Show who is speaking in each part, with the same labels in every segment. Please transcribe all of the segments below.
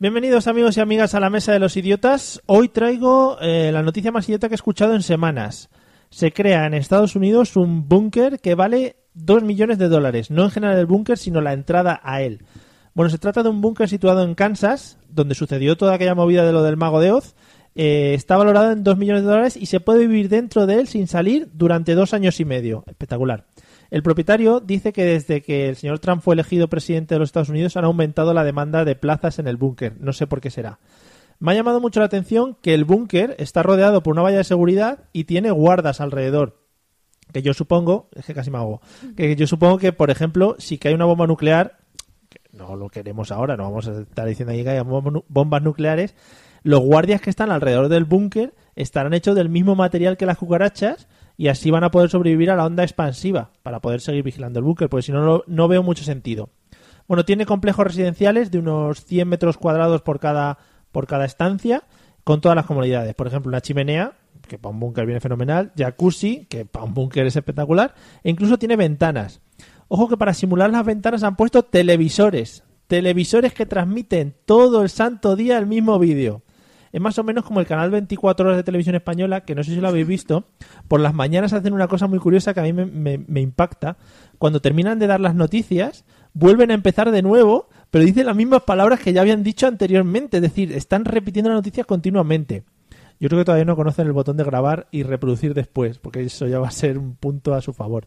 Speaker 1: Bienvenidos amigos y amigas a la Mesa de los Idiotas. Hoy traigo eh, la noticia más idiota que he escuchado en semanas. Se crea en Estados Unidos un búnker que vale 2 millones de dólares. No en general el búnker, sino la entrada a él. Bueno, se trata de un búnker situado en Kansas, donde sucedió toda aquella movida de lo del mago de Oz. Eh, está valorado en 2 millones de dólares y se puede vivir dentro de él sin salir durante dos años y medio. Espectacular. El propietario dice que desde que el señor Trump fue elegido presidente de los Estados Unidos han aumentado la demanda de plazas en el búnker. No sé por qué será. Me ha llamado mucho la atención que el búnker está rodeado por una valla de seguridad y tiene guardas alrededor. Que yo supongo, es que casi me hago, que yo supongo que, por ejemplo, si cae una bomba nuclear, que no lo queremos ahora, no vamos a estar diciendo ahí que hay bombas nucleares, los guardias que están alrededor del búnker estarán hechos del mismo material que las cucarachas y así van a poder sobrevivir a la onda expansiva para poder seguir vigilando el búnker, porque si no, no, no veo mucho sentido. Bueno, tiene complejos residenciales de unos 100 metros cuadrados por cada, por cada estancia, con todas las comodidades. Por ejemplo, una chimenea, que para un búnker viene fenomenal, jacuzzi, que para un búnker es espectacular, e incluso tiene ventanas. Ojo que para simular las ventanas han puesto televisores. Televisores que transmiten todo el santo día el mismo vídeo. Es más o menos como el canal 24 horas de televisión española, que no sé si lo habéis visto. Por las mañanas hacen una cosa muy curiosa que a mí me, me- me impacta. Cuando terminan de dar las noticias, vuelven a empezar de nuevo, pero dicen las mismas palabras que ya habían dicho anteriormente. Es decir, están repitiendo las noticias continuamente. Yo creo que todavía no conocen el botón de grabar y reproducir después, porque eso ya va a ser un punto a su favor.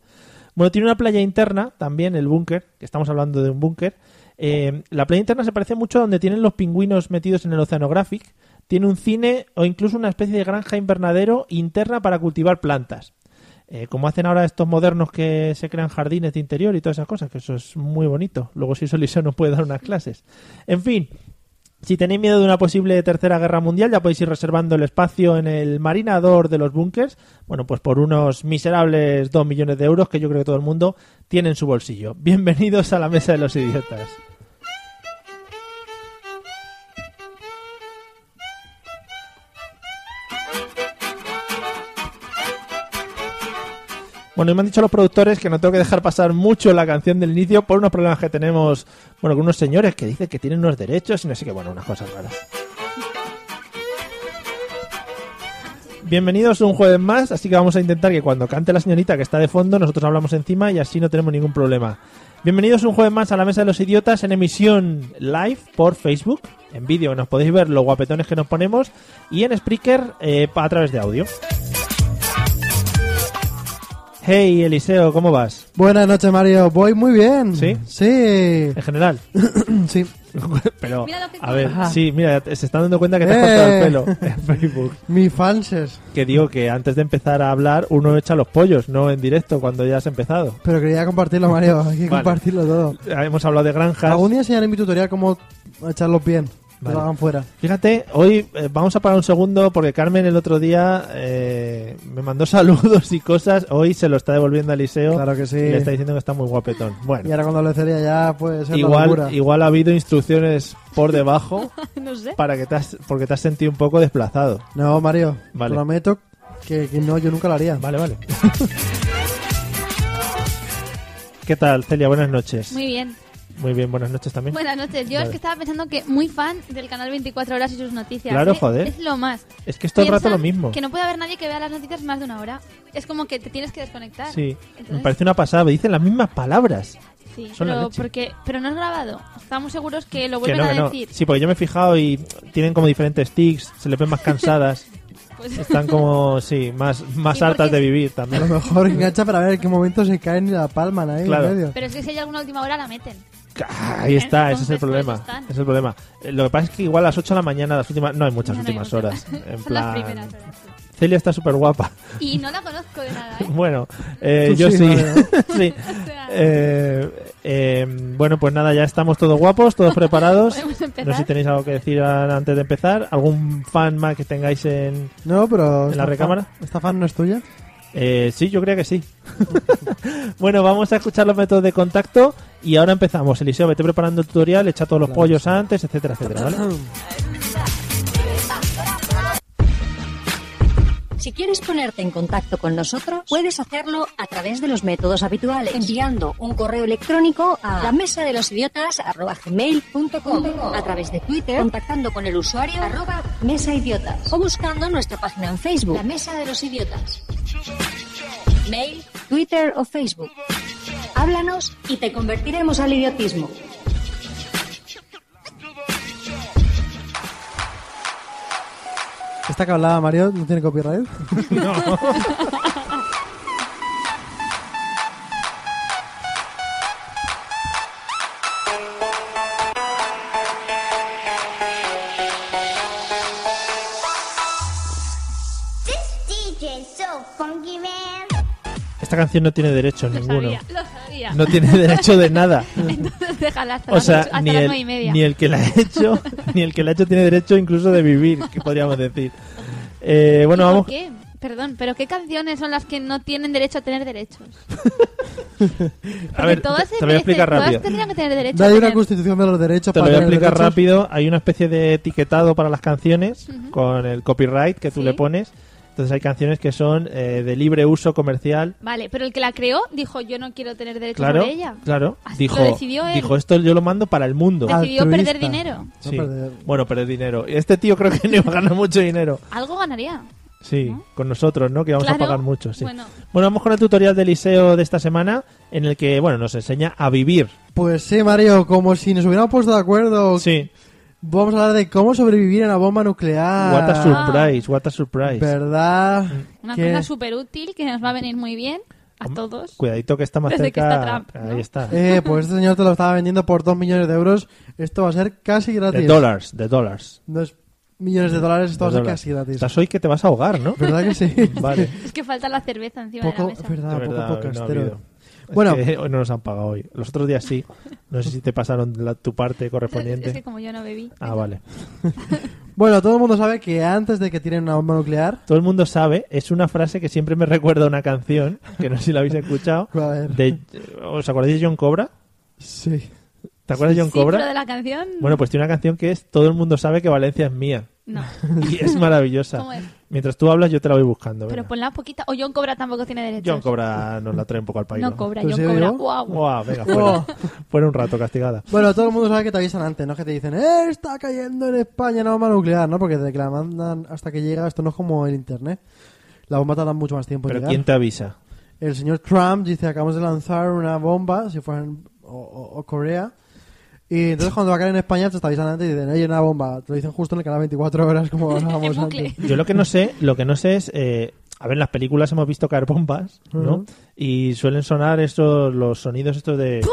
Speaker 1: Bueno, tiene una playa interna también, el búnker, que estamos hablando de un búnker. Eh, la playa interna se parece mucho a donde tienen los pingüinos metidos en el Oceanographic. Tiene un cine o incluso una especie de granja invernadero interna para cultivar plantas. Eh, como hacen ahora estos modernos que se crean jardines de interior y todas esas cosas, que eso es muy bonito. Luego si eso Eliseo nos puede dar unas clases. En fin, si tenéis miedo de una posible tercera guerra mundial, ya podéis ir reservando el espacio en el marinador de los búnkers. Bueno, pues por unos miserables 2 millones de euros que yo creo que todo el mundo tiene en su bolsillo. Bienvenidos a la mesa de los idiotas. Bueno, y me han dicho los productores que no tengo que dejar pasar mucho la canción del inicio por unos problemas que tenemos, bueno, con unos señores que dicen que tienen unos derechos y no sé qué, bueno, unas cosas raras. Bienvenidos un jueves más, así que vamos a intentar que cuando cante la señorita que está de fondo, nosotros hablamos encima y así no tenemos ningún problema. Bienvenidos un jueves más a la Mesa de los Idiotas en emisión live por Facebook, en vídeo nos podéis ver los guapetones que nos ponemos y en Spreaker eh, pa- a través de audio. Hey Eliseo, ¿cómo vas?
Speaker 2: Buenas noches, Mario. Voy muy bien.
Speaker 1: ¿Sí?
Speaker 2: Sí.
Speaker 1: En general.
Speaker 2: sí.
Speaker 1: Pero,
Speaker 3: Mira lo que
Speaker 1: a ver,
Speaker 2: Ajá.
Speaker 1: sí, mira, te- se están dando cuenta que te has cortado el
Speaker 2: Eh.
Speaker 1: pelo en Facebook.
Speaker 2: Mis fanses.
Speaker 1: Que digo que antes de empezar a hablar, uno echa los pollos, no en directo, cuando ya has empezado.
Speaker 2: Pero quería compartirlo, Mario. Hay que
Speaker 1: Vale.
Speaker 2: compartirlo todo.
Speaker 1: Ya Hemos hablado de granjas.
Speaker 2: Algún día enseñaré en mi tutorial cómo echarlos bien. Que
Speaker 1: Vale.
Speaker 2: lo hagan fuera.
Speaker 1: Fíjate, hoy eh, vamos a parar un segundo porque Carmen el otro día eh, me mandó saludos y cosas. Hoy se lo está devolviendo a Eliseo.
Speaker 2: Claro que sí.
Speaker 1: Y Le está diciendo que está muy guapetón.
Speaker 2: Y
Speaker 1: Bueno,
Speaker 2: ahora cuando lo cería ya, pues es la locura.
Speaker 1: igual, igual ha habido instrucciones por debajo
Speaker 3: No sé.
Speaker 1: para que te has- porque te has sentido un poco desplazado.
Speaker 2: No, Mario.
Speaker 1: Vale.
Speaker 2: Prometo que, que no, yo nunca lo haría.
Speaker 1: Vale, vale. ¿Qué tal, Celia? Buenas noches.
Speaker 3: Muy bien.
Speaker 1: Muy bien, buenas noches también.
Speaker 3: Buenas noches. Yo
Speaker 1: Vale.
Speaker 3: es que estaba pensando que muy fan del canal 24 horas y sus noticias.
Speaker 1: Claro,
Speaker 3: ¿eh?
Speaker 1: joder.
Speaker 3: Es lo más.
Speaker 1: Es que es todo el rato
Speaker 3: Piensa
Speaker 1: lo mismo.
Speaker 3: Que no puede haber nadie que vea las noticias más de una hora. Es como que te tienes que desconectar.
Speaker 1: Sí, me
Speaker 3: Entonces,
Speaker 1: parece una pasada. Dicen las mismas palabras.
Speaker 3: sí,
Speaker 1: son la
Speaker 3: pero,
Speaker 1: leche.
Speaker 3: porque, pero no es grabado. Estamos seguros que lo
Speaker 1: Que
Speaker 3: vuelven
Speaker 1: no,
Speaker 3: a
Speaker 1: que no.
Speaker 3: decir.
Speaker 1: Sí, porque yo me he fijado y tienen como diferentes tics, se les ven más cansadas.
Speaker 3: Pues-
Speaker 1: Están como, sí, más, más
Speaker 3: Sí,
Speaker 1: hartas
Speaker 3: porque-
Speaker 1: de vivir
Speaker 2: A lo
Speaker 1: también.
Speaker 2: mejor engancha para ver en qué momento se caen y la palman ahí
Speaker 1: Claro.
Speaker 2: en medio.
Speaker 3: Pero es que si hay alguna última hora la meten.
Speaker 1: Ahí está, ese es el
Speaker 3: Entonces,
Speaker 1: problema.
Speaker 3: por eso están.
Speaker 1: ese Es el problema. Eh, Lo que pasa es que igual a las 8 de la mañana, las últimas. No hay muchas
Speaker 3: Ya no hay
Speaker 1: últimas
Speaker 3: mucho.
Speaker 1: horas. En
Speaker 3: Son
Speaker 1: plan.
Speaker 3: las primeras horas. sí.
Speaker 1: Celia está súper guapa.
Speaker 3: Y no la conozco de nada, ¿eh?
Speaker 1: Bueno, eh,
Speaker 2: Tú
Speaker 1: yo
Speaker 2: sí,
Speaker 1: sí.
Speaker 2: Mario,
Speaker 1: sí.
Speaker 3: O sea,
Speaker 1: Eh, eh, bueno, pues nada, ya estamos todos guapos, todos preparados.
Speaker 3: ¿Podemos empezar?
Speaker 1: No sé si tenéis algo que decir a- antes de empezar. ¿Algún fan más que tengáis en...?
Speaker 2: No, pero...
Speaker 1: ¿En la
Speaker 2: esta fan-
Speaker 1: recámara?
Speaker 2: ¿Esta fan no es tuya?
Speaker 1: Eh, sí, yo creo que sí. bueno, vamos a escuchar los métodos de contacto y ahora empezamos. Eliseo, vete preparando el tutorial, echa todos los pollos antes, etcétera, etcétera, ¿vale?
Speaker 4: Si quieres ponerte en contacto con nosotros, puedes hacerlo a través de los métodos habituales, enviando un correo electrónico a la mesa de los idiotas a través de Twitter, contactando con el usuario arroba mesa idiotas o buscando nuestra página en Facebook, la mesa de los idiotas. Mail, Twitter o Facebook. Háblanos y te convertiremos al idiotismo.
Speaker 2: Esta que hablaba Mario no tiene copyright.
Speaker 5: This DJ's so funky, man.
Speaker 1: Esta canción no tiene derechos
Speaker 3: Lo
Speaker 1: ninguno.
Speaker 3: sabía, lo sabía.
Speaker 1: No tiene derecho de nada.
Speaker 3: Entonces déjala hasta,
Speaker 1: O
Speaker 3: las
Speaker 1: sea,
Speaker 3: ocho- hasta
Speaker 1: ni
Speaker 3: las
Speaker 1: el,
Speaker 3: nueve y media.
Speaker 1: ni el que la ha hecho, ni el que la ha hecho tiene derecho incluso de vivir, que podríamos decir. Eh, bueno,
Speaker 3: ¿Y por
Speaker 1: vamos.
Speaker 3: qué? Perdón, pero ¿qué canciones son las que no tienen derecho a tener derechos?
Speaker 1: A ver, te,
Speaker 3: todas,
Speaker 1: te lo voy a explicar
Speaker 3: todas
Speaker 1: rápido.
Speaker 3: tendrían que tener derecho
Speaker 2: No
Speaker 3: a
Speaker 2: hay una
Speaker 3: tener-
Speaker 2: constitución de los derechos
Speaker 1: Te lo
Speaker 2: para
Speaker 1: voy a
Speaker 2: tener
Speaker 1: explicar
Speaker 2: derechos.
Speaker 1: rápido. Hay una especie de etiquetado para las canciones con el copyright que tú
Speaker 3: Sí.
Speaker 1: le pones. Entonces hay canciones que son eh, de libre uso comercial.
Speaker 3: Vale, pero el que la creó dijo yo no quiero tener derecho
Speaker 1: Claro,
Speaker 3: sobre ella.
Speaker 1: claro.
Speaker 3: Así
Speaker 1: Dijo,
Speaker 3: lo decidió él.
Speaker 1: dijo esto yo lo mando para el mundo.
Speaker 3: Ah, Decidió
Speaker 2: Altruista.
Speaker 3: perder dinero.
Speaker 2: No
Speaker 1: Sí.
Speaker 2: perder.
Speaker 1: Bueno, pero es dinero. Este tío creo que no iba a ganar mucho dinero.
Speaker 3: Algo ganaría.
Speaker 1: Sí, con nosotros, ¿no? Que vamos a
Speaker 3: Claro.
Speaker 1: pagar mucho. Sí.
Speaker 3: Bueno.
Speaker 1: Bueno, vamos con el tutorial del liceo de esta semana en el que, bueno, nos enseña a vivir.
Speaker 2: Pues sí, Mario, como si nos hubiéramos puesto de acuerdo.
Speaker 1: Sí.
Speaker 2: Vamos a hablar de cómo sobrevivir a una bomba nuclear.
Speaker 1: What a surprise, Mm. what a surprise.
Speaker 2: ¿Verdad?
Speaker 3: Una
Speaker 2: Que-
Speaker 3: cosa súper útil que nos va a venir muy bien a todos.
Speaker 1: Cuidadito que está más
Speaker 3: Desde que
Speaker 1: cerca.
Speaker 3: está Trump, ¿no?
Speaker 1: Ahí está.
Speaker 2: Eh, pues este señor te lo estaba vendiendo por 2 millones de euros. Esto va a ser casi gratis.
Speaker 1: de dólares, de dólares.
Speaker 2: 2 millones de dólares, esto va a
Speaker 1: de
Speaker 2: ser
Speaker 1: dólares.
Speaker 2: casi gratis.
Speaker 1: Estás hoy que te vas a ahogar, ¿no?
Speaker 2: ¿Verdad que sí?
Speaker 1: Vale.
Speaker 3: Es que falta la cerveza encima
Speaker 2: Poco,
Speaker 3: de la mesa.
Speaker 2: verdad,
Speaker 1: De
Speaker 2: Ah, poco
Speaker 1: verdad, hoy no ha
Speaker 2: podcastero.
Speaker 1: habido. Es
Speaker 2: Bueno.
Speaker 1: que hoy no nos han pagado hoy. Los otros días sí. No sé si te pasaron la- tu parte correspondiente.
Speaker 3: Es que como yo no bebí.
Speaker 1: Ah, vale.
Speaker 2: Bueno, todo el mundo sabe que antes de que tiren una bomba nuclear,
Speaker 1: Todo el mundo sabe, es una frase que siempre me recuerda a una canción, que no sé si la habéis escuchado.
Speaker 2: A ver.
Speaker 1: De, ¿Os acordáis de John Cobra?
Speaker 2: sí.
Speaker 1: ¿Te acuerdas de John
Speaker 3: Sí,
Speaker 1: Cobra?
Speaker 3: pero de la canción.
Speaker 1: Bueno, pues tiene una canción que es Todo el mundo sabe que Valencia es mía.
Speaker 3: No.
Speaker 1: Y es maravillosa.
Speaker 3: ¿Cómo es?
Speaker 1: Mientras tú hablas, yo te la voy buscando.
Speaker 3: Pero
Speaker 1: venga.
Speaker 3: ponla poquita. O John Cobra tampoco tiene derecho.
Speaker 1: John Cobra nos la trae un poco al país.
Speaker 3: No cobra,
Speaker 2: ¿Tú
Speaker 3: John
Speaker 2: sí,
Speaker 3: Cobra.
Speaker 2: Diego?
Speaker 3: Guau.
Speaker 1: Guau, venga, fuera. Fuera un rato castigada.
Speaker 2: Bueno, todo el mundo sabe que te avisan antes, no es que te dicen, "Eh, está cayendo en España una bomba nuclear, ¿no? Porque desde que la mandan hasta que llega, esto no es como el internet. La bomba tarda mucho más tiempo en
Speaker 1: Pero
Speaker 2: llegar.
Speaker 1: ¿quién te avisa?
Speaker 2: El señor Trump dice, acabamos de lanzar una bomba, si fuera en o, o- o Corea. Y entonces cuando va a caer en España te avisan antes y dicen, hay una bomba. Te lo dicen justo en el canal 24 horas, como hablábamos
Speaker 3: En bucle.
Speaker 2: antes.
Speaker 1: Yo lo que no sé, lo que no sé es, eh, a ver, en las películas hemos visto caer bombas, ¿no?
Speaker 2: Ujú.
Speaker 1: Y suelen sonar estos, los sonidos estos de...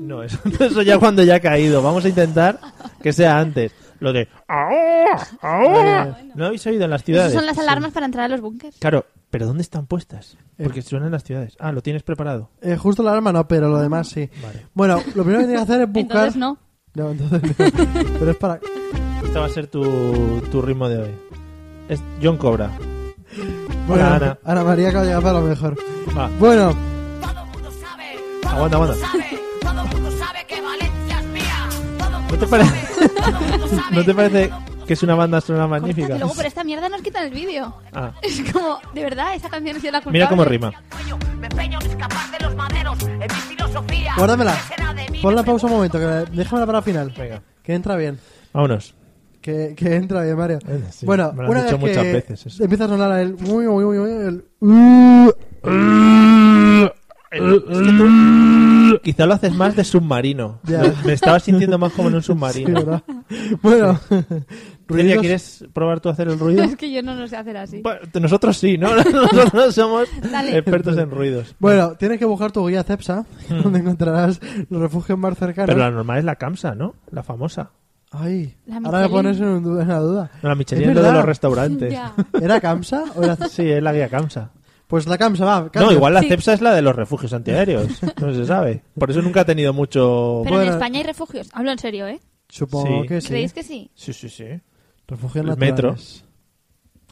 Speaker 1: No, eso, eso ya cuando ya ha caído. Vamos a intentar que sea antes. Lo de... "Ah, "Ahora, ahora". ¿No habéis oído en las
Speaker 3: Esas
Speaker 1: ciudades?
Speaker 3: son las alarmas para entrar a los búnkers.
Speaker 1: Claro, pero ¿dónde están puestas? Porque suenan en las ciudades. Ah, lo tienes preparado.
Speaker 2: Eh, justo la arma no, pero lo demás sí.
Speaker 1: Vale.
Speaker 2: Bueno, lo primero que tienes que hacer es buscar...
Speaker 3: Entonces no.
Speaker 2: No, entonces no. Pero es para...
Speaker 1: Este va a ser tu, tu ritmo de hoy. Es John Cobra.
Speaker 2: Bueno,
Speaker 1: Hola, Ana.
Speaker 2: Ana María acaba de llegar para lo mejor.
Speaker 1: Va.
Speaker 2: Bueno,
Speaker 1: Aguanta, aguanta. ¿No te, pare- ¿No te parece que es una banda sonora magnífica?
Speaker 3: Y luego por esta mierda nos quitan el vídeo.
Speaker 1: Ah,
Speaker 3: Es como, de verdad, esa canción es la culpa.
Speaker 1: mira cómo rima.
Speaker 2: guárdamela. Ponla en pausa un momento, que déjamela para el final.
Speaker 1: Venga.
Speaker 2: Que entra bien.
Speaker 1: Vámonos.
Speaker 2: Que, que entra bien, Mario.
Speaker 1: Eh, sí,
Speaker 2: bueno,
Speaker 1: me lo han
Speaker 2: una
Speaker 1: dicho
Speaker 2: vez
Speaker 1: muchas
Speaker 2: que
Speaker 1: veces eso.
Speaker 2: empieza a sonar el... Muy, muy, muy, muy, el... uh,
Speaker 1: Quizá lo haces más de submarino.
Speaker 2: Ya.
Speaker 1: Lo- Me estaba sintiendo más como en un
Speaker 2: sí,
Speaker 1: submarino.
Speaker 2: ¿verdad? bueno,
Speaker 1: Celia,
Speaker 2: ruidos-
Speaker 1: ¿quieres probar tú a hacer el ruido?
Speaker 3: Es que yo no lo sé hacer así.
Speaker 1: Bueno, Nosotros sí, ¿no? Nosotros somos
Speaker 3: Dale.
Speaker 1: expertos en ruidos.
Speaker 2: Bueno, tienes que buscar tu guía CEPSA, donde encontrarás los refugios más cercanos.
Speaker 1: Hmm. Pero la normal es la Camsa, ¿no? La famosa.
Speaker 2: Ay,
Speaker 3: La
Speaker 2: ahora me
Speaker 3: Michelin.
Speaker 2: pones en, un du- en una duda.
Speaker 1: No, la Michelin
Speaker 2: ¿Es
Speaker 1: es lo de
Speaker 2: verdad?
Speaker 1: los restaurantes.
Speaker 3: Ya.
Speaker 2: ¿Era CAMSA o era
Speaker 1: Sí, es la guía Camsa.
Speaker 2: Pues la CAM se va.
Speaker 1: No,
Speaker 2: cambio.
Speaker 1: igual la
Speaker 3: Sí.
Speaker 1: CEPSA es la de los refugios antiaéreos. No se sabe. Por eso nunca ha tenido mucho.
Speaker 3: Pero
Speaker 2: Bueno.
Speaker 3: en España hay refugios. Hablo en serio, ¿eh?
Speaker 2: Supongo
Speaker 1: Sí.
Speaker 2: que sí.
Speaker 3: ¿Creéis que sí?
Speaker 1: Sí, sí, sí.
Speaker 2: Refugios
Speaker 1: El metro.
Speaker 2: naturales.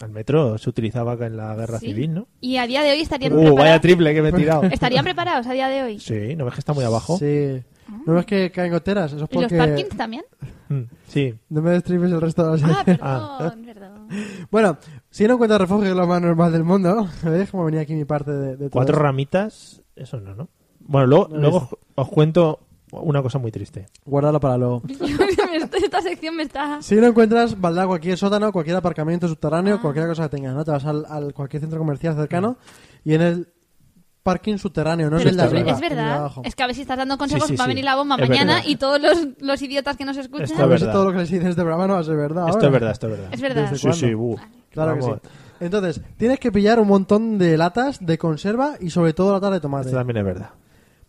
Speaker 1: El metro se utilizaba acá en la guerra
Speaker 3: Sí.
Speaker 1: civil, ¿no?
Speaker 3: Y a día de hoy estarían
Speaker 1: Uh,
Speaker 3: preparados.
Speaker 1: vaya triple que me he tirado.
Speaker 3: ¿Estarían preparados a día de hoy?
Speaker 1: Sí, ¿no ves que está muy abajo?
Speaker 2: Sí. ¿No ves que caen goteras? Eso es
Speaker 3: Ah. ¿Y los
Speaker 2: porque...
Speaker 3: parkings también?
Speaker 1: Mm, sí.
Speaker 2: No me destripes el resto de las
Speaker 3: Ah, perdón,
Speaker 1: Ah.
Speaker 3: perdón.
Speaker 2: Bueno, si no encuentras refugio que es lo más normal del mundo, ¿veis cómo venía aquí mi parte de, de todo
Speaker 1: Cuatro
Speaker 2: esto?
Speaker 1: ramitas, eso no, ¿no? Bueno, luego,
Speaker 2: No lo he
Speaker 1: luego os, os cuento una cosa muy triste.
Speaker 2: Guárdalo para luego.
Speaker 3: Me está- Esta sección me está...
Speaker 2: Si no encuentras, valdrá cualquier sótano, cualquier aparcamiento subterráneo,
Speaker 3: Ah.
Speaker 2: cualquier cosa que tengas, ¿no? Te vas al, al cualquier centro comercial cercano
Speaker 1: Ah.
Speaker 2: y en el parking subterráneo, no en
Speaker 3: Pero
Speaker 2: el de
Speaker 3: es,
Speaker 2: arriba,
Speaker 3: es
Speaker 2: en el de
Speaker 3: verdad.
Speaker 2: abajo.
Speaker 3: Es que a ver si estás dando consejos,
Speaker 1: Sí, sí,
Speaker 3: va a
Speaker 1: sí.
Speaker 3: venir la bomba
Speaker 1: Es
Speaker 3: mañana
Speaker 1: verdad.
Speaker 3: y todos los, los idiotas que nos
Speaker 1: Esto
Speaker 3: escuchan.
Speaker 2: A
Speaker 1: es
Speaker 2: ver Pues si
Speaker 1: verdad.
Speaker 2: todo lo que les dices de programa no va a ser
Speaker 1: Esto
Speaker 2: verdad. Ah, ahora.
Speaker 1: es verdad, esto es verdad.
Speaker 3: Es verdad.
Speaker 2: Desde
Speaker 1: Sí, sí,
Speaker 2: cuándo?
Speaker 1: uh,
Speaker 2: Claro que sí.
Speaker 1: vamos.
Speaker 2: Entonces, tienes que pillar un montón de latas de conserva y sobre todo latas de tomate.
Speaker 1: Esto también es verdad.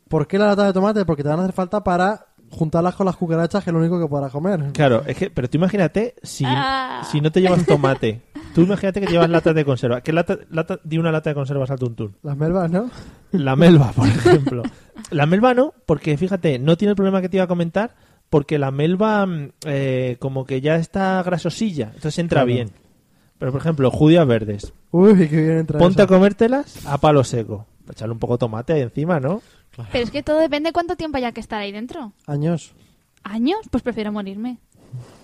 Speaker 2: ¿Por qué las latas de tomate? Porque te van a hacer falta para juntarlas con las cucarachas, que es lo único que podrás comer.
Speaker 1: Claro, es que, pero tú imagínate si,
Speaker 3: Ah.
Speaker 1: si no te llevas tomate. Tú imagínate que te llevas latas de conserva. ¿Qué lata, lata- di una lata de conservas al tuntún?
Speaker 2: Las melvas, ¿no?
Speaker 1: La melva, por ejemplo. La melva no, porque fíjate, no tiene el problema que te iba a comentar, porque la melva mm, eh, como que ya está grasosilla, entonces entra
Speaker 2: Claro.
Speaker 1: bien. Pero, por ejemplo, judías verdes.
Speaker 2: Uy, qué bien entra
Speaker 1: Ponte a
Speaker 2: eso.
Speaker 1: comértelas a palo seco. Echarle un poco de tomate ahí encima, ¿no?
Speaker 3: Pero es que todo depende cuánto tiempo haya que estar ahí dentro.
Speaker 2: Años.
Speaker 3: ¿Años? Pues prefiero morirme.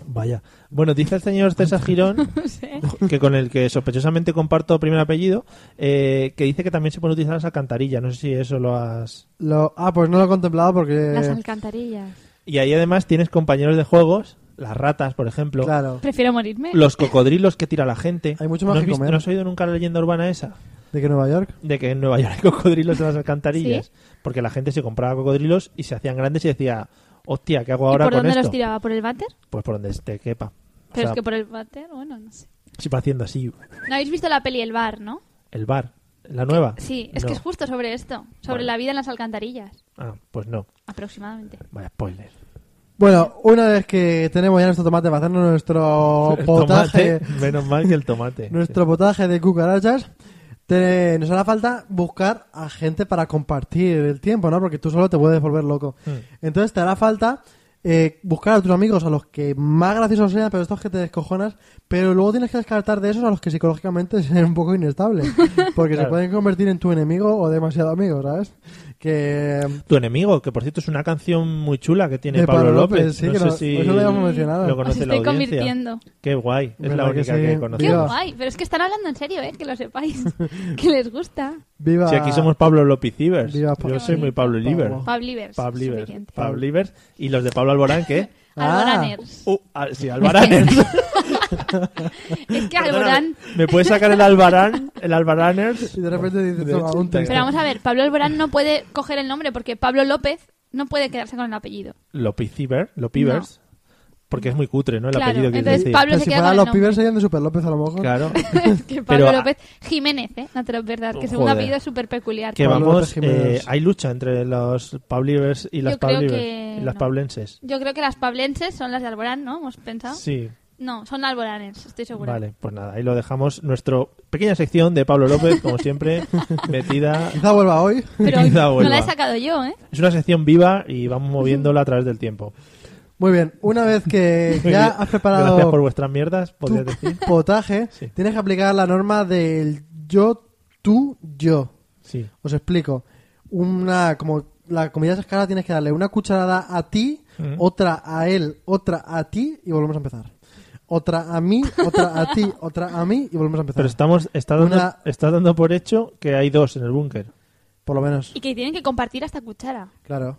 Speaker 1: Vaya. Bueno, dice el señor César Girón,
Speaker 3: No sé.
Speaker 1: que con el que sospechosamente comparto primer apellido, eh, que dice que también se pueden utilizar las alcantarillas. No sé si eso lo has...
Speaker 2: Lo... Ah, pues no lo he contemplado
Speaker 3: Las
Speaker 2: porque...
Speaker 3: alcantarillas.
Speaker 1: Y ahí además tienes compañeros de juegos, las ratas, por ejemplo.
Speaker 2: Claro.
Speaker 3: Prefiero morirme.
Speaker 1: Los cocodrilos que tira la gente.
Speaker 2: Hay mucho más
Speaker 1: ¿No has
Speaker 2: que comer.
Speaker 1: ¿No has oído nunca la leyenda urbana esa?
Speaker 2: ¿De que Nueva York?
Speaker 1: De que en Nueva York hay cocodrilos en las alcantarillas. Porque la gente se compraba cocodrilos y se hacían grandes y decía, hostia, ¿qué hago
Speaker 3: ¿Y
Speaker 1: ahora
Speaker 3: por
Speaker 1: con
Speaker 3: dónde
Speaker 1: esto?
Speaker 3: los tiraba? ¿Por el váter?
Speaker 1: Pues por donde te quepa. O
Speaker 3: Pero
Speaker 1: sea,
Speaker 3: es que por el váter, bueno, no sé.
Speaker 1: si va haciendo así,
Speaker 3: ¿No habéis visto la peli El Bar, no?
Speaker 1: el bar, la nueva.
Speaker 3: Sí, es
Speaker 1: No.
Speaker 3: que es justo sobre esto. Sobre
Speaker 1: Bueno.
Speaker 3: la vida en las alcantarillas,
Speaker 1: Ah, pues no.
Speaker 3: aproximadamente.
Speaker 1: Vaya spoiler.
Speaker 2: Bueno, una vez que tenemos ya nuestro tomate para hacernos nuestro
Speaker 1: El
Speaker 2: Oh, potaje,
Speaker 1: tomate, menos mal que el tomate.
Speaker 2: nuestro potaje de cucarachas, te- nos hará falta buscar a gente para compartir el tiempo, ¿no? Porque tú solo te puedes volver loco.
Speaker 1: Mm.
Speaker 2: Entonces te hará falta eh, buscar a tus amigos, a los que más graciosos sean, pero estos que te descojonas, pero luego tienes que descartar de esos a los que psicológicamente sean un poco inestables, porque se
Speaker 1: Claro.
Speaker 2: pueden convertir en tu enemigo o demasiado amigo, ¿sabes? Que
Speaker 1: Tu enemigo, que por cierto es una canción muy chula que tiene
Speaker 2: De
Speaker 1: Pablo
Speaker 2: Pablo
Speaker 1: López.
Speaker 2: López, sí,
Speaker 1: no
Speaker 2: que
Speaker 1: sé
Speaker 2: lo-
Speaker 1: si
Speaker 2: eso lo habíamos mencionado.
Speaker 1: lo
Speaker 3: Os
Speaker 1: conoce la
Speaker 3: estoy
Speaker 1: audiencia.
Speaker 3: convirtiendo.
Speaker 1: Qué guay, es
Speaker 2: ¿Verdad
Speaker 1: la
Speaker 2: que
Speaker 1: única
Speaker 2: sí?
Speaker 1: que,
Speaker 3: ¡Qué
Speaker 1: conocemos.
Speaker 2: Viva.
Speaker 3: guay! Pero es que están hablando en serio, ¿eh? Que lo sepáis. que les gusta.
Speaker 2: viva...
Speaker 1: Si aquí somos Pablo Lopicivers.
Speaker 2: Viva
Speaker 1: Yo
Speaker 2: Pablo.
Speaker 1: soy muy Pablo Liver.
Speaker 2: Pablo.
Speaker 3: Pablivers.
Speaker 1: Pablo Liver.
Speaker 3: suficiente.
Speaker 1: Pablo Liver. Y los de Pablo Alborán, ¿qué?
Speaker 3: Alboraners.
Speaker 1: Uh, ah, sí, Albaraners.
Speaker 3: Es que Alborán...
Speaker 1: ¿Me puedes sacar el Albarán? El Albaraners.
Speaker 2: Y de repente dices,
Speaker 1: De
Speaker 2: toma,
Speaker 1: hecho,
Speaker 2: un texto.
Speaker 3: Pero vamos a ver, Pablo Alborán no puede coger el nombre porque Pablo López no puede quedarse con el apellido.
Speaker 1: Lopiciver. Lopivers. Porque es muy cutre, ¿no? El
Speaker 3: Claro,
Speaker 1: apellido que
Speaker 3: entonces
Speaker 1: decir.
Speaker 3: Pablo
Speaker 2: Pero
Speaker 3: se
Speaker 2: si
Speaker 3: queda
Speaker 2: fueran
Speaker 3: con el
Speaker 2: los
Speaker 3: nombre.
Speaker 2: pibers serían de Super López a lo mejor.
Speaker 1: Claro.
Speaker 3: Es que Pablo
Speaker 1: Pero-
Speaker 3: López Jiménez, ¿eh? No te lo pierdas, que segundo
Speaker 1: Joder.
Speaker 3: apellido es súper peculiar.
Speaker 1: Que
Speaker 2: Pablo
Speaker 1: vamos,
Speaker 2: López Jiménez.
Speaker 1: eh, hay lucha entre los Pablivers y las
Speaker 3: Yo creo
Speaker 1: Pablivers.
Speaker 3: que
Speaker 1: Y las
Speaker 3: no.
Speaker 1: Pablenses.
Speaker 3: Yo creo que las pablenses son las de Alborán, ¿no? ¿Hemos pensado?
Speaker 1: Sí,
Speaker 3: No, son alboranes, estoy segura.
Speaker 1: vale, pues nada, ahí lo dejamos. Nuestra pequeña sección de Pablo López, como siempre, metida.
Speaker 2: Quizá vuelva hoy.
Speaker 3: Pero
Speaker 1: Quizá
Speaker 3: no
Speaker 1: vuelva.
Speaker 3: la he sacado yo, ¿eh?
Speaker 1: Es una sección viva y vamos moviéndola a través del tiempo.
Speaker 2: Muy bien, una vez que
Speaker 1: Muy
Speaker 2: ya
Speaker 1: bien.
Speaker 2: has preparado
Speaker 1: Gracias por vuestras mierdas,
Speaker 2: tu
Speaker 1: podrías decir.
Speaker 2: potaje,
Speaker 1: Sí.
Speaker 2: tienes que aplicar la norma del yo, tú, yo.
Speaker 1: Sí.
Speaker 2: Os explico. Una, como la comida es escala, tienes que darle una cucharada a ti,
Speaker 1: Mm.
Speaker 2: otra a él, otra a ti y volvemos a empezar. Otra a mí, otra a ti, otra a mí y volvemos a empezar.
Speaker 1: Pero estamos, está dando,
Speaker 2: Una-
Speaker 1: está dando por hecho que hay dos en el búnker.
Speaker 2: Por lo menos,
Speaker 3: Y que tienen que compartir hasta cuchara.
Speaker 2: claro.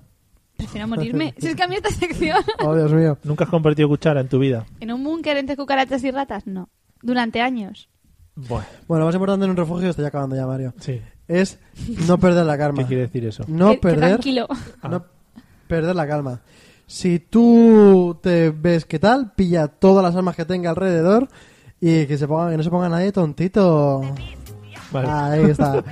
Speaker 3: Prefiero morirme. si es que a mí esta sección...
Speaker 2: Oh, Dios mío.
Speaker 1: ¿Nunca has compartido cuchara en tu vida?
Speaker 3: ¿En un búnker entre cucarachas y ratas? No. Durante años.
Speaker 1: Bueno,
Speaker 2: Bueno, lo más importante en un refugio, estoy ya acabando ya, Mario,
Speaker 1: sí.
Speaker 2: es no perder la
Speaker 1: ¿Qué
Speaker 2: calma.
Speaker 1: quiere decir eso?
Speaker 2: No
Speaker 3: Qué- qué
Speaker 2: perder
Speaker 3: tranquilo.
Speaker 1: Ah.
Speaker 2: No perder la calma. Si tú te ves qué tal, pilla todas las armas que tenga alrededor y que, se ponga, que no se ponga nadie tontito.
Speaker 1: Vale.
Speaker 2: Ahí está.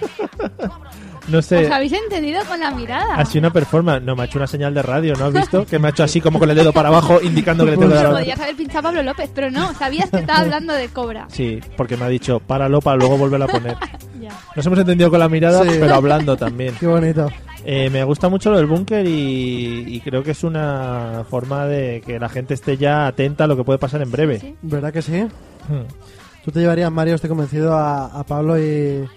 Speaker 1: No sé.
Speaker 3: ¿Os habéis entendido con la mirada?
Speaker 1: Ha sido una performance. No, me ha hecho una señal de radio, ¿no has visto? Que me ha hecho así como con el dedo para abajo indicando que le tengo que
Speaker 3: Se
Speaker 1: dar.
Speaker 3: podías haber pinchado a Pablo López, pero no. Sabías que estaba hablando de cobra.
Speaker 1: Sí, porque me ha dicho, páralo para luego volver a poner.
Speaker 3: Ya.
Speaker 1: Nos hemos entendido con la mirada,
Speaker 2: Sí.
Speaker 1: pero hablando también.
Speaker 2: Qué bonito.
Speaker 1: Eh, me gusta mucho lo del búnker y, y creo que es una forma de que la gente esté ya atenta a lo que puede pasar en breve.
Speaker 3: sí.
Speaker 2: ¿Verdad que sí?
Speaker 1: Hmm.
Speaker 2: Tú te llevarías, Mario, estoy convencido, a, a Pablo y,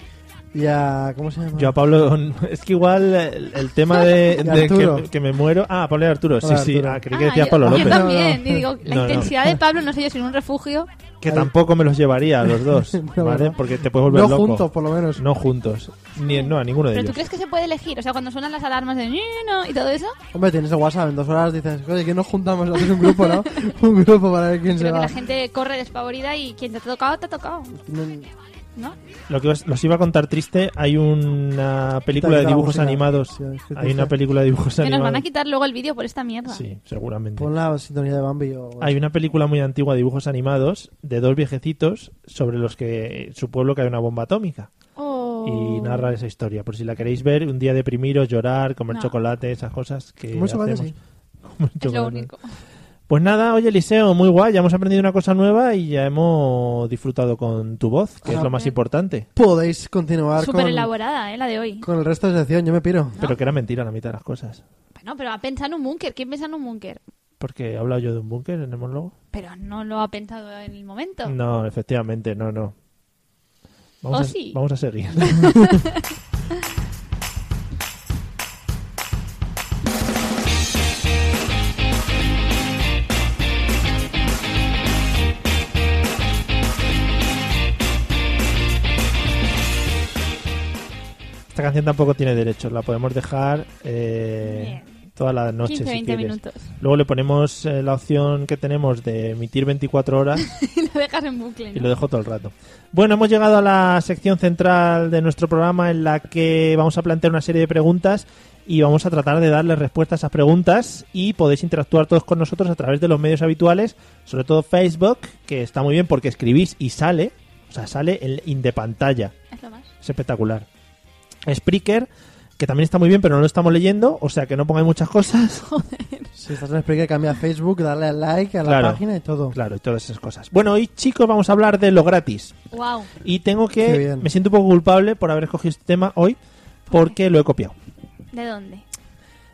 Speaker 2: y a... ¿Cómo se llama?
Speaker 1: Yo a Pablo, es que igual el, el tema de,
Speaker 2: Y
Speaker 1: de
Speaker 2: Arturo.
Speaker 1: que, que me muero. Ah, Pablo y Arturo, sí,
Speaker 2: Hola,
Speaker 1: sí.
Speaker 2: Arturo.
Speaker 1: Ah, creí
Speaker 3: Ah,
Speaker 1: que decía
Speaker 3: yo,
Speaker 1: Pablo
Speaker 3: yo
Speaker 1: López.
Speaker 3: también. Y digo,
Speaker 1: No,
Speaker 3: la
Speaker 1: no.
Speaker 3: intensidad de Pablo, no sé yo, si en un refugio.
Speaker 1: Que tampoco me los llevaría a los dos,
Speaker 2: No,
Speaker 1: ¿vale?
Speaker 2: no.
Speaker 1: Porque te puedes volver
Speaker 2: No
Speaker 1: loco.
Speaker 2: juntos, por lo menos.
Speaker 1: No juntos. Ni, no, a ninguno de
Speaker 3: Pero tú
Speaker 1: ellos.
Speaker 3: crees que se puede elegir, o sea, cuando suenan las alarmas de "No", y todo eso,
Speaker 2: Hombre, tienes el WhatsApp, en dos horas dices, oye, que nos juntamos? Haces un grupo, ¿no? un grupo para ver quién se
Speaker 3: creo que
Speaker 2: va.
Speaker 3: la gente corre despavorida y quien te ha tocado, te ha tocado, ¿no?
Speaker 1: Lo que os, los iba a contar triste, hay una película
Speaker 2: Quita
Speaker 1: de
Speaker 2: la
Speaker 1: dibujos
Speaker 2: música.
Speaker 1: animados.
Speaker 2: Sí, es que
Speaker 1: hay una
Speaker 2: triste.
Speaker 1: película de dibujos
Speaker 3: Que nos van a
Speaker 1: animados.
Speaker 3: quitar luego el vídeo por esta mierda.
Speaker 1: Sí, seguramente.
Speaker 2: Pon la sintonía de Bambi o...
Speaker 1: Hay una película muy antigua de dibujos animados de dos viejecitos sobre los que su pueblo cae una bomba atómica.
Speaker 3: Oh.
Speaker 1: y narra esa historia. Por si la queréis ver, un día deprimiros, llorar, comer
Speaker 3: No.
Speaker 1: chocolate, esas cosas que
Speaker 2: Comer chocolate,
Speaker 1: hacemos. Comer
Speaker 3: Es lo
Speaker 1: chocolate.
Speaker 3: único.
Speaker 1: Pues nada, oye Eliseo, muy guay, ya hemos aprendido una cosa nueva y ya hemos disfrutado con tu voz, que es
Speaker 2: Ah.
Speaker 1: lo más importante.
Speaker 2: Podéis continuar
Speaker 3: Súper
Speaker 2: con,
Speaker 3: elaborada, ¿eh? La de hoy.
Speaker 2: con el resto de sección, yo me piro.
Speaker 1: Pero que era mentira la mitad de las cosas.
Speaker 3: Bueno, pero ha pensado en un búnker. ¿Quién piensa en un búnker?
Speaker 1: Porque he hablado yo de un búnker en el monólogo.
Speaker 3: Pero no lo ha pensado en el momento.
Speaker 1: No, efectivamente, no, no. Vamos,
Speaker 3: Oh,
Speaker 1: a,
Speaker 3: sí.
Speaker 1: vamos a seguir. Esta canción tampoco tiene derechos, la podemos dejar eh, toda la noche
Speaker 3: 15,
Speaker 1: si
Speaker 3: 20
Speaker 1: quieres.
Speaker 3: minutos.
Speaker 1: Luego le ponemos eh, la opción que tenemos de emitir 24 horas
Speaker 3: Y lo dejas en bucle,
Speaker 1: y
Speaker 3: ¿no?
Speaker 1: lo dejo todo el rato. Bueno, hemos llegado a la sección central de nuestro programa en la que vamos a plantear una serie de preguntas y vamos a tratar de darles respuesta a esas preguntas y podéis interactuar todos con nosotros a través de los medios habituales, sobre todo Facebook, que está muy bien porque escribís y sale, o sea, sale el indepantalla.
Speaker 3: Es lo más.
Speaker 1: Es espectacular. Spreaker, que también está muy bien, pero no lo estamos leyendo, o sea que no pongáis muchas cosas.
Speaker 2: Si estás en Spreaker, cambia a Facebook, dale al like a la
Speaker 1: Claro.
Speaker 2: página y todo.
Speaker 1: Claro, y todas esas cosas. Bueno, hoy chicos vamos a hablar de lo gratis.
Speaker 3: Wow.
Speaker 1: Y tengo
Speaker 2: Qué
Speaker 1: que...
Speaker 2: bien.
Speaker 1: Me siento un poco culpable por haber escogido este tema hoy porque lo he copiado.
Speaker 3: ¿De dónde?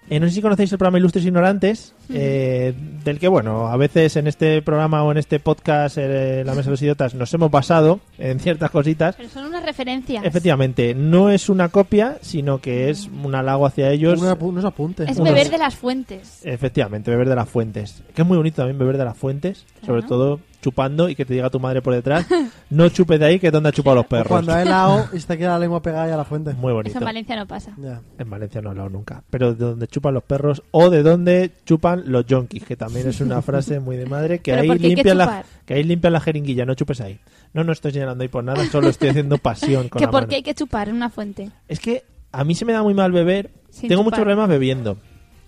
Speaker 1: Eh, no sé si conocéis el programa Ilustres Ignorantes, eh, del que, bueno, a veces en este programa o en este podcast, eh, La Mesa de los Idiotas, nos hemos basado en ciertas cositas.
Speaker 3: Pero son unas referencias.
Speaker 1: Efectivamente, no es una copia, sino que es un halago hacia ellos.
Speaker 2: Una- unos apuntes.
Speaker 3: Es
Speaker 2: Unos-
Speaker 3: beber de las fuentes.
Speaker 1: Efectivamente, beber de las fuentes. Que es muy bonito también beber de las fuentes, sobre
Speaker 3: Claro.
Speaker 1: todo chupando y que te diga tu madre por detrás, no chupes de ahí que es donde ha chupado los
Speaker 2: O
Speaker 1: perros.
Speaker 2: Cuando hay helado y se te queda la lengua pegada ya a la fuente.
Speaker 1: Muy
Speaker 3: Eso
Speaker 1: bonito.
Speaker 3: en Valencia no pasa.
Speaker 2: Ya.
Speaker 1: En Valencia no he hablado nunca. Pero de donde chupan los perros o de donde chupan los yonkis, que también es una frase muy de madre, que
Speaker 3: Pero
Speaker 1: ahí,
Speaker 3: porque hay que
Speaker 1: limpian la,
Speaker 3: chupar.
Speaker 1: que ahí limpian la jeringuilla, no chupes ahí. No, no estoy señalando ahí por nada, solo estoy haciendo pasión con
Speaker 3: Que
Speaker 1: la
Speaker 3: porque
Speaker 1: mano.
Speaker 3: hay que chupar en una fuente.
Speaker 1: Es que a mí se me da muy mal beber.
Speaker 3: Sin
Speaker 1: tengo
Speaker 3: chupar.
Speaker 1: muchos problemas bebiendo,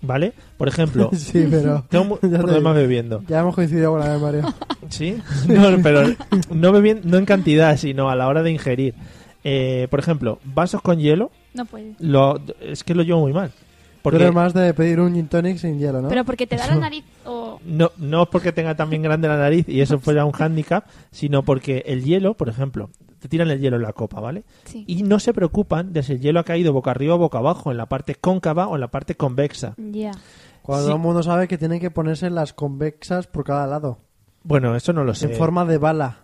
Speaker 1: ¿vale? Por ejemplo,
Speaker 2: Sí, pero...
Speaker 1: tengo mu-
Speaker 2: ya te
Speaker 1: problemas
Speaker 2: digo.
Speaker 1: bebiendo.
Speaker 2: Ya hemos coincidido con la de Mario.
Speaker 1: ¿Sí? No, pero no, bebiendo, no en cantidad, sino a la hora de ingerir. Eh, por ejemplo, vasos con hielo,
Speaker 3: No puedes.
Speaker 1: lo, es que lo llevo muy mal.
Speaker 2: Porque...
Speaker 1: Porque
Speaker 2: más de pedir un gin tonic sin hielo, ¿no?
Speaker 3: Pero porque te da la nariz o...
Speaker 1: No, no es porque tenga también grande la nariz y eso fuera un hándicap, sino porque el hielo, por ejemplo, te tiran el hielo en la copa, ¿vale?
Speaker 3: Sí.
Speaker 1: Y no se preocupan de si el hielo ha caído boca arriba o boca abajo, en la parte cóncava o en la parte convexa.
Speaker 3: Ya.
Speaker 2: Cuando
Speaker 1: Sí.
Speaker 2: todo el mundo sabe que tienen que ponerse las convexas por cada lado.
Speaker 1: Bueno, eso no lo sé.
Speaker 2: En forma de bala.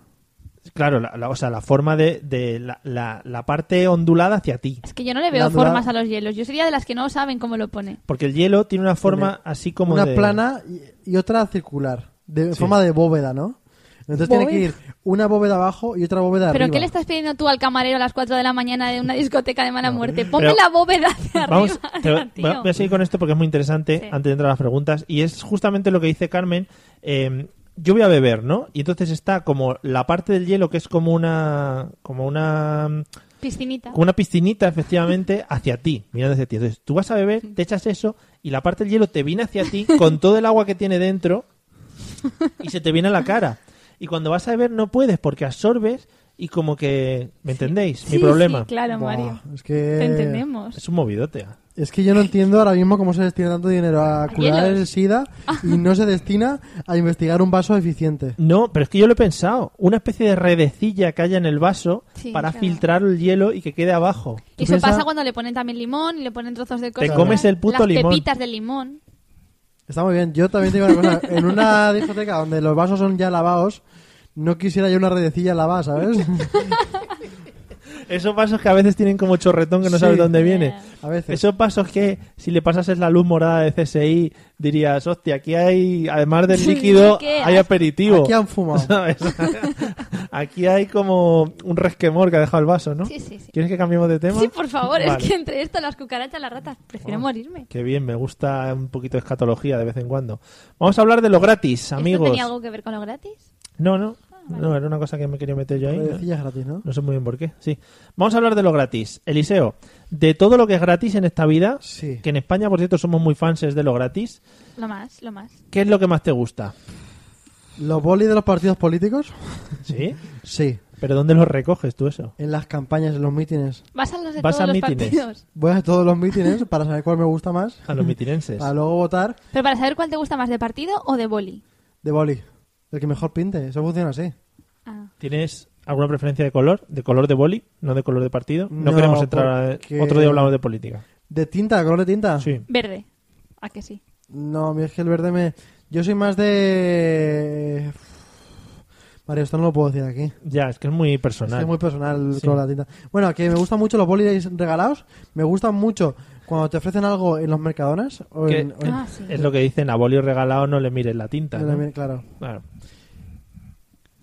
Speaker 1: Claro, la, la- o sea, la forma de, de la, la- la parte ondulada hacia ti.
Speaker 3: Es que yo no le veo
Speaker 2: Glándula.
Speaker 3: formas a los hielos. Yo sería de las que no saben cómo lo pone.
Speaker 1: Porque el hielo tiene una forma así como
Speaker 2: una
Speaker 1: de-
Speaker 2: plana y, y otra circular. De en
Speaker 1: Sí.
Speaker 2: forma de bóveda, ¿no? Entonces tiene que ir una bóveda abajo y otra bóveda
Speaker 3: ¿Pero
Speaker 2: arriba.
Speaker 3: qué le estás pidiendo tú al camarero a las 4 de la mañana de una discoteca de mala muerte? Ponme
Speaker 1: Pero-
Speaker 3: la bóveda hacia
Speaker 1: Vamos,
Speaker 3: arriba,
Speaker 1: te-
Speaker 3: tío.
Speaker 1: voy a- voy a seguir con esto porque es muy interesante
Speaker 3: Sí.
Speaker 1: antes de entrar a las preguntas. Y es justamente lo que dice Carmen. eh, yo voy a beber, ¿no? Y entonces está como la parte del hielo que es como una. como una.
Speaker 3: Piscinita.
Speaker 1: como una piscinita, efectivamente, hacia ti, mirando hacia ti. Entonces tú vas a beber, te echas eso y la parte del hielo te viene hacia ti con todo el agua que tiene dentro y se te viene a la cara. Y cuando vas a beber no puedes porque absorbes. y como que... ¿Me entendéis?
Speaker 3: Sí,
Speaker 1: Mi problema.
Speaker 3: Sí, claro,
Speaker 2: Buah,
Speaker 3: Mario.
Speaker 2: es que...
Speaker 3: Te entendemos.
Speaker 1: Es un movidote.
Speaker 2: Es que yo no entiendo ahora mismo cómo se destina tanto dinero a curar
Speaker 3: hielos.
Speaker 2: el SIDA y no se destina a investigar un vaso eficiente.
Speaker 1: No, pero es que yo lo he pensado. Una especie de redecilla que haya en el vaso
Speaker 3: Sí,
Speaker 1: para
Speaker 3: claro.
Speaker 1: filtrar el hielo y que quede abajo.
Speaker 3: Y eso
Speaker 2: piensa-
Speaker 3: pasa cuando le ponen también limón y le ponen trozos de cosas.
Speaker 1: comes el puto
Speaker 3: Las
Speaker 1: limón.
Speaker 3: pepitas de limón.
Speaker 2: Está muy bien. Yo también tengo una cosa. En una discoteca donde los vasos son ya lavados, no quisiera yo una redecilla lavada, ¿sabes?
Speaker 1: Esos vasos que a veces tienen como chorretón que no
Speaker 2: Sí.
Speaker 1: sabes dónde viene.
Speaker 2: A veces.
Speaker 1: Esos vasos que si le pasases la luz morada de CSI dirías, hostia, aquí hay, además del líquido,
Speaker 3: ¿Qué?
Speaker 1: hay aperitivo.
Speaker 2: Aquí han fumado.
Speaker 1: ¿Sabes? aquí hay como un resquemor que ha dejado el vaso, ¿no?
Speaker 3: Sí, sí, sí.
Speaker 1: ¿Quieres que cambiemos de tema?
Speaker 3: Sí, por favor,
Speaker 1: Vale.
Speaker 3: es que entre esto, las cucarachas, las ratas, prefiero morirme.
Speaker 1: Qué bien, me gusta un poquito de escatología de vez en cuando. Vamos a hablar de lo gratis,
Speaker 3: ¿Esto
Speaker 1: amigos.
Speaker 3: tenía algo que ver con lo gratis?
Speaker 1: No, no.
Speaker 3: Ah,
Speaker 1: No, era una cosa que me quería meter yo ahí. ¿no?
Speaker 2: Redecillas gratis, ¿no?
Speaker 1: No sé muy bien por qué. Sí. Vamos a hablar de lo gratis. Eliseo, de todo lo que es gratis en esta vida,
Speaker 2: Sí.
Speaker 1: que en España, por cierto, somos muy fans de lo gratis,
Speaker 3: Lo más, lo más.
Speaker 1: ¿qué es lo que más te gusta?
Speaker 2: ¿Los bolis de los partidos políticos?
Speaker 1: ¿Sí?
Speaker 2: Sí.
Speaker 1: ¿Pero dónde los recoges tú eso?
Speaker 2: En las campañas, en los mítines.
Speaker 3: Vas a los de
Speaker 1: Vas a
Speaker 3: todos los
Speaker 1: mítines.
Speaker 3: partidos.
Speaker 2: Voy a todos los mítines para saber cuál me gusta más,
Speaker 1: A los mitirenses.
Speaker 2: para luego votar
Speaker 3: Pero para saber cuál te gusta más, ¿de partido o de boli?
Speaker 2: de boli. El que mejor pinte. Eso funciona así.
Speaker 3: Ah.
Speaker 1: ¿Tienes alguna preferencia de color? ¿De color de boli? ¿No de color de partido? No,
Speaker 2: No,
Speaker 1: queremos entrar
Speaker 2: porque- Ah.
Speaker 1: a... Otro día hablamos de política.
Speaker 2: ¿De tinta? ¿Color de tinta?
Speaker 1: Sí.
Speaker 3: Verde. ¿A que sí?
Speaker 2: No, a mí es que el verde me... Yo soy más de... Mario, esto no lo puedo decir aquí.
Speaker 1: Ya, es que es muy
Speaker 2: Es
Speaker 1: personal.
Speaker 2: que es muy personal
Speaker 1: Sí.
Speaker 2: con la tinta. Bueno, que me gustan mucho los bolis regalados. Me gustan mucho cuando te ofrecen algo en los mercadones. O
Speaker 1: Que-
Speaker 2: en- o en-
Speaker 3: Ah, sí.
Speaker 1: Es lo que dicen, a bolio regalado no le mires la tinta.
Speaker 2: en
Speaker 1: ¿no?
Speaker 2: la mer- claro.
Speaker 1: Claro.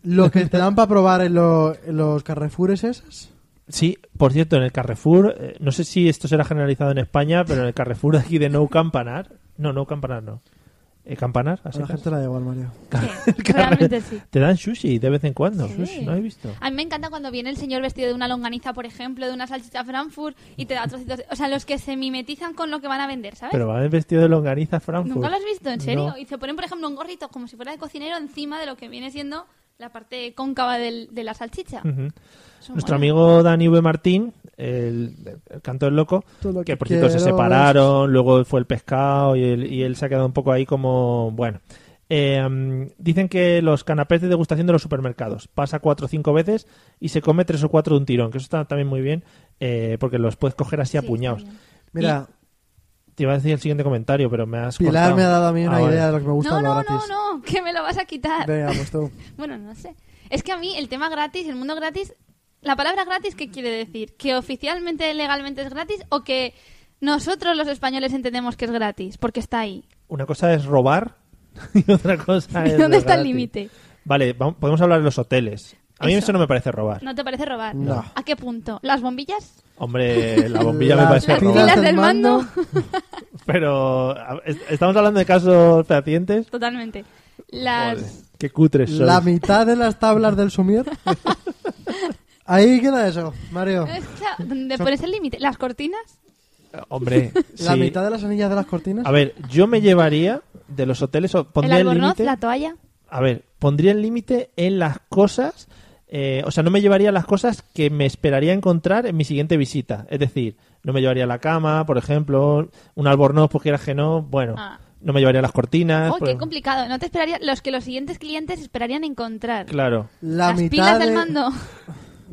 Speaker 2: Lo que te dan para probar en, lo- en los Carrefours esos.
Speaker 1: Sí, por cierto, en el Carrefour, eh, no sé si esto será generalizado en España, pero en el Carrefour de aquí de No Campanar, no, No Campanar no, Eh, Campanar,
Speaker 2: A
Speaker 1: así
Speaker 2: la gente le da igual, Mario.
Speaker 3: Sí, realmente sí.
Speaker 1: Te dan sushi de vez en cuando,
Speaker 3: Sí. Ah,
Speaker 1: sushi, no he visto.
Speaker 3: A mí me encanta cuando viene el señor vestido de una longaniza, por ejemplo, de una salchicha Frankfurt y te da trocitos. de- O sea, los que se mimetizan con lo que van a vender, ¿sabes?
Speaker 1: Pero va vestido de longaniza Frankfurt.
Speaker 3: ¿eh? Nunca lo has visto, en serio.
Speaker 1: No.
Speaker 3: Y se ponen, por ejemplo, un gorrito como si fuera de cocinero encima de lo que viene siendo la parte cóncava del- de la salchicha.
Speaker 1: Ujú.
Speaker 3: Eso
Speaker 1: Nuestro
Speaker 3: mola.
Speaker 1: amigo Dani V. Martín, el, el canto del loco,
Speaker 2: Todo lo
Speaker 1: que
Speaker 2: que
Speaker 1: por cierto se
Speaker 2: quiero
Speaker 1: separaron, luego fue el pescado y él, y él se ha quedado un poco ahí como, bueno. Eh, dicen que los canapés de degustación de los supermercados pasa cuatro o cinco veces y se come tres o cuatro de un tirón, que eso está también muy bien eh, porque los puedes coger así
Speaker 3: Sí,
Speaker 1: a puñados.
Speaker 3: está bien.
Speaker 2: Mira,
Speaker 1: Te iba a decir el siguiente comentario, pero me has
Speaker 2: Pilar
Speaker 1: cortado.
Speaker 2: me ha dado a mí
Speaker 1: Ah,
Speaker 2: una
Speaker 1: vale.
Speaker 2: idea de lo que me gusta
Speaker 3: No,
Speaker 2: de lo
Speaker 3: no, no,
Speaker 2: gratis.
Speaker 3: no, que me lo vas a quitar.
Speaker 2: Venga, pues tú.
Speaker 3: Bueno, no sé. Es que a mí el tema gratis, el mundo gratis, la palabra gratis, ¿qué quiere decir? ¿Que oficialmente, legalmente es gratis o que nosotros los españoles entendemos que es gratis? Porque está ahí.
Speaker 1: Una cosa es robar y otra cosa es...
Speaker 3: ¿Dónde está el
Speaker 1: gratis.
Speaker 3: límite?
Speaker 1: Vale, vamos- podemos hablar de los hoteles. A mí
Speaker 3: Eso.
Speaker 1: eso no me parece robar.
Speaker 3: ¿No te parece robar?
Speaker 2: No.
Speaker 3: ¿A qué punto? ¿Las bombillas?
Speaker 1: Hombre, la bombilla me
Speaker 2: Las
Speaker 1: parece
Speaker 2: pilas
Speaker 1: robar.
Speaker 3: del mando?
Speaker 1: Pero a- est- estamos hablando de casos fehacientes.
Speaker 3: Totalmente. Las...
Speaker 1: Joder, Qué cutres sois.
Speaker 2: La mitad de las tablas del sumier. Ahí queda eso, Mario.
Speaker 3: Es que, ah, ¿Dónde pones el límite? ¿Las cortinas?
Speaker 1: Hombre,
Speaker 2: La
Speaker 1: sí.
Speaker 2: mitad de las anillas de las cortinas.
Speaker 1: A ver, yo me llevaría de los hoteles o
Speaker 3: ¿El
Speaker 1: pondría el
Speaker 3: albornoz?
Speaker 1: límite.
Speaker 3: ¿La toalla?
Speaker 1: A ver, pondría el límite en las cosas. eh, o sea, no me llevaría las cosas que me esperaría encontrar en mi siguiente visita. Es decir, no me llevaría la cama, por ejemplo, un albornoz, pues quieras que no. Bueno,
Speaker 3: Ah.
Speaker 1: no me llevaría las cortinas.
Speaker 2: Ah,
Speaker 1: pues, por
Speaker 3: Oh, qué
Speaker 2: pues.
Speaker 1: ejemplo.
Speaker 3: complicado. No te esperaría... Los que los siguientes clientes esperarían encontrar.
Speaker 1: Claro.
Speaker 2: La
Speaker 3: las
Speaker 2: mitad
Speaker 3: pilas del
Speaker 2: de-
Speaker 3: mando.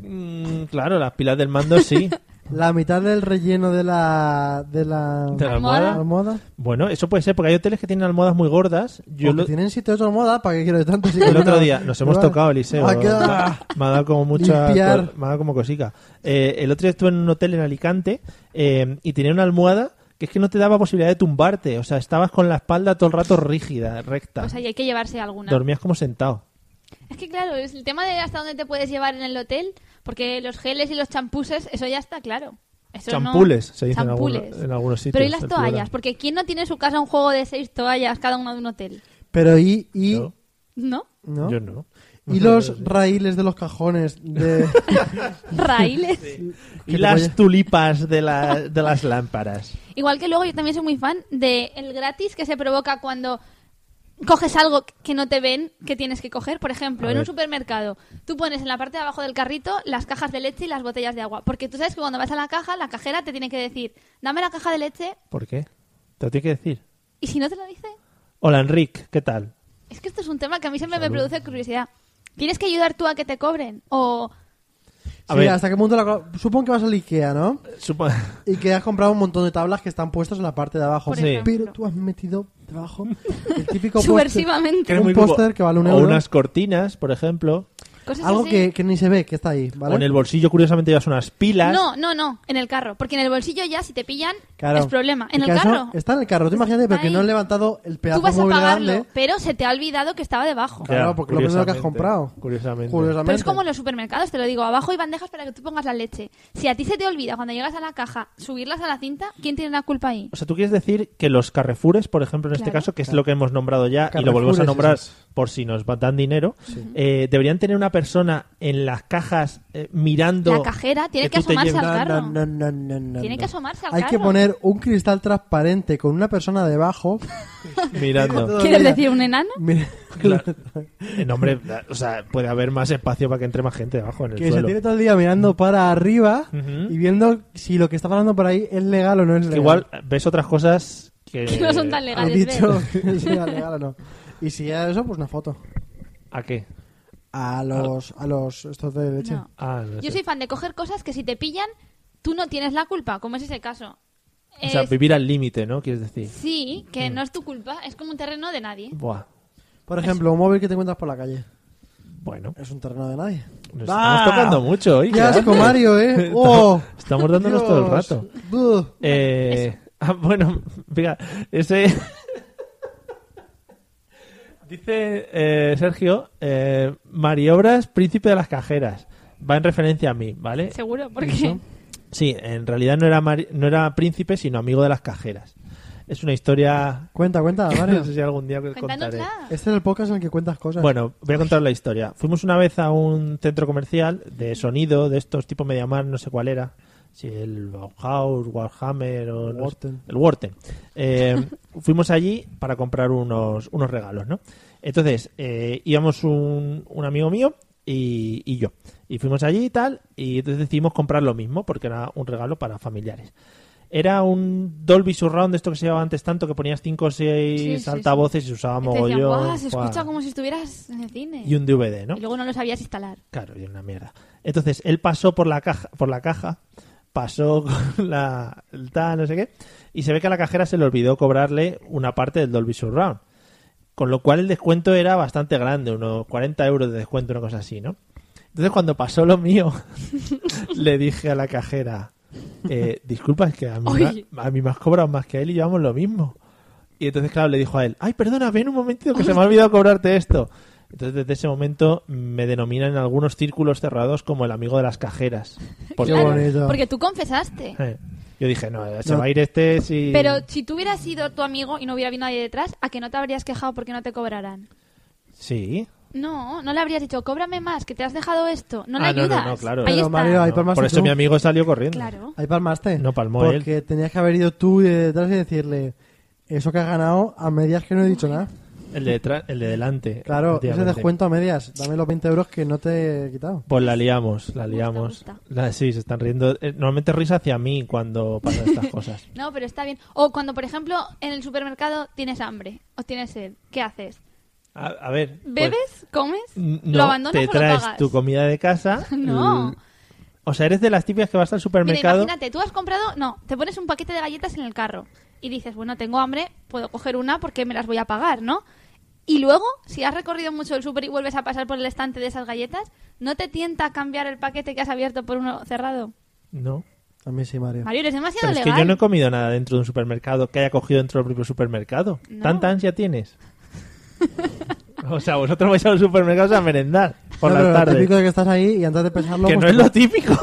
Speaker 1: Mm, claro, las pilas del mando sí.
Speaker 2: La mitad del relleno de la. de la.
Speaker 1: ¿De la almohada?
Speaker 2: almohada.
Speaker 1: Bueno, eso puede ser, porque hay hoteles que tienen almohadas muy gordas. Yo
Speaker 2: Yo
Speaker 1: lo-
Speaker 2: tienen 7 8 almohadas, ¿para qué quiero tanto? Si
Speaker 1: el
Speaker 2: no-
Speaker 1: otro día nos hemos
Speaker 2: Igual.
Speaker 1: tocado, Eliseo.
Speaker 2: Ah, queda-
Speaker 1: Me ha dado como mucha.
Speaker 2: Limpiar.
Speaker 1: Me ha dado como cosica. Eh, el otro día estuve en un hotel en Alicante eh, y tenía una almohada que es que no te daba posibilidad de tumbarte. O sea, estabas con la espalda todo el rato rígida, recta.
Speaker 3: O sea, y Pues hay que llevarse alguna.
Speaker 1: Dormías como sentado.
Speaker 3: Es que claro, es el tema de hasta dónde te puedes llevar en el hotel, porque los geles y los champuses, eso ya está claro. Eso no-
Speaker 1: Champules, se dice en
Speaker 3: Champules.
Speaker 1: alguno- en algunos sitios,
Speaker 3: Pero y
Speaker 1: el
Speaker 3: las
Speaker 1: plural.
Speaker 3: toallas, porque ¿quién no tiene en su casa un juego de seis toallas cada una de un hotel?
Speaker 2: Pero y. y
Speaker 1: Yo-
Speaker 3: ¿No?
Speaker 2: ¿no?
Speaker 1: Yo no.
Speaker 2: Y los raíles de los cajones de.
Speaker 3: Raíles.
Speaker 1: Y
Speaker 2: te
Speaker 1: las
Speaker 2: voy a-
Speaker 1: tulipas de, la- de las lámparas.
Speaker 3: Igual que luego yo también soy muy fan de el gratis que se provoca cuando coges algo que no te ven que tienes que coger. Por ejemplo,
Speaker 1: A
Speaker 3: en un
Speaker 1: ver.
Speaker 3: supermercado, tú pones en la parte de abajo del carrito las cajas de leche y las botellas de agua. Porque tú sabes que cuando vas a la caja, la cajera te tiene que decir, dame la caja de leche.
Speaker 1: ¿Por qué? Te lo tiene que decir.
Speaker 3: Y si no te lo dice,
Speaker 1: Hola, Enric, ¿qué tal?
Speaker 3: es que esto es un tema que a mí siempre me produce curiosidad. ¿Tienes que ayudar tú a que te cobren? O
Speaker 1: A
Speaker 2: Sí,
Speaker 1: ver.
Speaker 2: hasta qué punto la... co- Supongo que vas al Ikea, ¿no?
Speaker 1: Supo-
Speaker 2: Y que has comprado un montón de tablas que están puestas en la parte de abajo.
Speaker 3: Por
Speaker 1: Sí.
Speaker 2: Pero tú has metido debajo el típico póster.
Speaker 3: subversivamente.
Speaker 2: Un
Speaker 1: Muy cubo.
Speaker 2: póster que vale un
Speaker 1: O
Speaker 2: euro.
Speaker 1: unas cortinas, por ejemplo.
Speaker 3: Cosas
Speaker 2: Algo
Speaker 3: así.
Speaker 2: que, que ni se ve, que está ahí, ¿vale?
Speaker 1: O en el bolsillo, curiosamente, llevas unas pilas.
Speaker 3: No, no, no, en el carro. Porque en el bolsillo ya, si te pillan,
Speaker 2: Claro.
Speaker 3: es problema. En
Speaker 2: Y
Speaker 3: el
Speaker 2: que eso
Speaker 3: carro, Pues
Speaker 2: Está en el carro, tú imagínate, pero que
Speaker 3: ahí.
Speaker 2: no han levantado el pedazo
Speaker 3: tú vas a
Speaker 2: muy
Speaker 3: pagarlo,
Speaker 2: grande.
Speaker 3: pero se te ha olvidado que estaba debajo.
Speaker 2: Claro, porque lo primero que has
Speaker 1: curiosamente,
Speaker 2: comprado.
Speaker 1: curiosamente.
Speaker 3: Pero es como en los supermercados, te lo digo. Abajo hay bandejas para que tú pongas la leche. Si a ti se te olvida cuando llegas a la caja subirlas a la cinta, ¿quién tiene la culpa ahí?
Speaker 1: O sea, tú quieres decir que los Carrefours, por ejemplo, en este
Speaker 3: Claro.
Speaker 1: caso, que es lo que hemos nombrado ya y lo
Speaker 2: Carrefours,
Speaker 1: volvemos a nombrar
Speaker 2: eso
Speaker 1: por si nos va- dan dinero, eh, deberían tener una persona en las cajas eh, mirando.
Speaker 3: La cajera tiene que
Speaker 1: tú te
Speaker 3: asomarse
Speaker 1: lleves-
Speaker 3: al
Speaker 2: No,
Speaker 3: carro.
Speaker 2: no, no, no, no, no,
Speaker 3: Tienen
Speaker 2: no.
Speaker 3: que asomarse al
Speaker 2: Hay que
Speaker 3: carro.
Speaker 2: poner un cristal transparente con una persona debajo. Pues,
Speaker 1: Mirando.
Speaker 3: ¿Quieres decir un enano?
Speaker 2: Mira,
Speaker 1: Eh, no, hombre, o sea, puede haber más espacio para que entre más gente abajo en el
Speaker 2: que se
Speaker 1: suelo.
Speaker 2: tiene todo el día mirando para arriba
Speaker 1: Ujú.
Speaker 2: y viendo si lo que está pasando por ahí es legal o no es
Speaker 1: Que
Speaker 2: legal.
Speaker 1: igual ves otras cosas que.
Speaker 3: Que no son tan
Speaker 2: ha
Speaker 3: legales.
Speaker 2: dicho
Speaker 3: ¿ves?
Speaker 2: que sea legal o no. Y si ya eso, pues una foto.
Speaker 1: ¿A qué?
Speaker 2: A los, a los estos de leche.
Speaker 3: No.
Speaker 1: Ah, no
Speaker 3: Yo
Speaker 1: sé.
Speaker 3: soy fan de coger cosas que si te pillan, tú no tienes la culpa, como es ese caso.
Speaker 1: O sea, Mm.
Speaker 3: Es-
Speaker 1: vivir al límite, ¿no? Quieres decir.
Speaker 3: eh, Sí, que no es tu culpa, es como un terreno de nadie.
Speaker 1: Buah.
Speaker 2: Por ejemplo, un móvil que te encuentras por la calle.
Speaker 1: Bueno,
Speaker 2: Es un terreno de nadie.
Speaker 1: nos
Speaker 2: ¡Ah!
Speaker 1: estamos tocando mucho hoy.
Speaker 2: ¡Qué asco,
Speaker 1: grande.
Speaker 2: Mario, eh! ¡Oh!
Speaker 1: Estamos dándonos todo el
Speaker 2: Dios.
Speaker 1: rato.
Speaker 2: Buh.
Speaker 1: Eh, ah, bueno, mira, ese. Dice eh, Sergio, eh, Mariobras, príncipe de las cajeras. Va en referencia a mí, ¿vale?
Speaker 3: Seguro, porque
Speaker 1: Sí, en realidad no era, Mari- no era príncipe, sino amigo de las cajeras. Es una historia.
Speaker 2: Cuenta, cuenta, Mario.
Speaker 1: No sé si algún día os contaré.
Speaker 3: cuéntanosla.
Speaker 2: Este es el podcast en el que cuentas cosas.
Speaker 1: Bueno, voy a contar la historia. Fuimos una vez a un centro comercial de sonido, de estos tipo Mediamar, no sé cuál era. Si el Bauhaus, Warhammer o... no sé-
Speaker 2: Worten.
Speaker 1: el Worten. Eh, fuimos allí para comprar unos, unos regalos, ¿no? Entonces, eh, íbamos un, un amigo mío y, y yo. Y fuimos allí y tal, y entonces decidimos comprar lo mismo porque era un regalo para familiares. Era un Dolby Surround de esto que se llevaba antes tanto, que ponías cinco o
Speaker 3: Sí, sí,
Speaker 1: seis
Speaker 3: sí.
Speaker 1: altavoces y se usaba
Speaker 3: Y te decían,
Speaker 1: mogollón.
Speaker 3: "Guau, se escucha
Speaker 1: Guau.
Speaker 3: como si estuvieras en el cine.
Speaker 1: Y un DVD, ¿no?
Speaker 3: Y luego no lo sabías instalar.
Speaker 1: Claro, y una mierda. Entonces, él pasó por la caja, por la caja, pasó con la el tal, no sé qué, y se ve que a la cajera se le olvidó cobrarle una parte del Dolby Surround. Con lo cual el descuento era bastante grande, unos 40 euros de descuento, una cosa así, ¿no? Entonces cuando pasó lo mío, le dije a la cajera, eh, disculpa, es que a mí,
Speaker 3: Oye.
Speaker 1: me ha- a mí me has cobrado más que a él y llevamos lo mismo. Y entonces, claro, le dijo a él, ay, perdona, ven un momentito que se me ha olvidado cobrarte esto. Entonces, desde ese momento me denominan en algunos círculos cerrados como el amigo de las cajeras. Porque-
Speaker 2: Qué bonito.
Speaker 3: Porque tú confesaste.
Speaker 1: Eh, Yo dije, no, se
Speaker 2: No.
Speaker 1: va a ir este si...
Speaker 3: Pero si tú hubieras sido tu amigo y no hubiera habido nadie detrás, ¿a que no te habrías quejado porque no te cobrarán?
Speaker 1: Sí.
Speaker 3: No, no le habrías dicho, cóbrame más, que te has dejado esto. No le
Speaker 1: Ah, no,
Speaker 3: ayudas.
Speaker 1: no, no, claro.
Speaker 3: Ahí
Speaker 2: Pero,
Speaker 3: está.
Speaker 2: Mario, ahí
Speaker 1: No,
Speaker 2: palmaste
Speaker 1: por eso
Speaker 2: tú.
Speaker 1: mi amigo salió corriendo.
Speaker 3: Claro.
Speaker 2: Ahí palmaste.
Speaker 1: No palmó él.
Speaker 2: Porque tenías que haber ido tú de detrás y decirle eso que has ganado a medias que no he dicho nada.
Speaker 1: El de, detrás- el de delante.
Speaker 2: Claro, ese
Speaker 1: efectivamente.
Speaker 2: descuento a medias. Dame los 20 euros que no te he quitado.
Speaker 1: Pues la liamos, la
Speaker 3: Me gusta,
Speaker 1: liamos.
Speaker 3: me gusta.
Speaker 1: La- sí, se están riendo. Eh, Normalmente risa hacia mí cuando pasan estas cosas.
Speaker 3: No, pero está bien. O cuando, por ejemplo, en el supermercado tienes hambre o tienes sed, ¿qué haces?
Speaker 1: A, a ver. pues,
Speaker 3: ¿Bebes? ¿Comes?
Speaker 1: n-
Speaker 3: ¿Lo
Speaker 1: no,
Speaker 3: abandonas
Speaker 1: te
Speaker 3: o lo
Speaker 1: traes
Speaker 3: pagas?
Speaker 1: tu comida de casa.
Speaker 3: No.
Speaker 1: l- O sea, eres de las típicas que vas al
Speaker 3: Mira,
Speaker 1: supermercado.
Speaker 3: imagínate, tú has comprado, no, te pones un paquete de galletas en el carro y dices, bueno, tengo hambre, puedo coger una porque me las voy a pagar, ¿no? Y luego, si has recorrido mucho el súper y vuelves a pasar por el estante de esas galletas, ¿no te tienta cambiar el paquete que has abierto por uno cerrado?
Speaker 1: No.
Speaker 2: A mí sí, Mario.
Speaker 3: Mario, eres demasiado
Speaker 1: Pero es que
Speaker 3: legal.
Speaker 1: yo no he comido nada dentro de un supermercado que haya cogido dentro del propio supermercado.
Speaker 3: No.
Speaker 1: ¿Tanta ansia tienes? o sea, vosotros vais a los supermercados a merendar por
Speaker 2: No,
Speaker 1: las
Speaker 2: pero lo
Speaker 1: tardes.
Speaker 2: típico de que estás ahí y antes de pensarlo...
Speaker 1: Que
Speaker 2: pues,
Speaker 1: no es lo típico.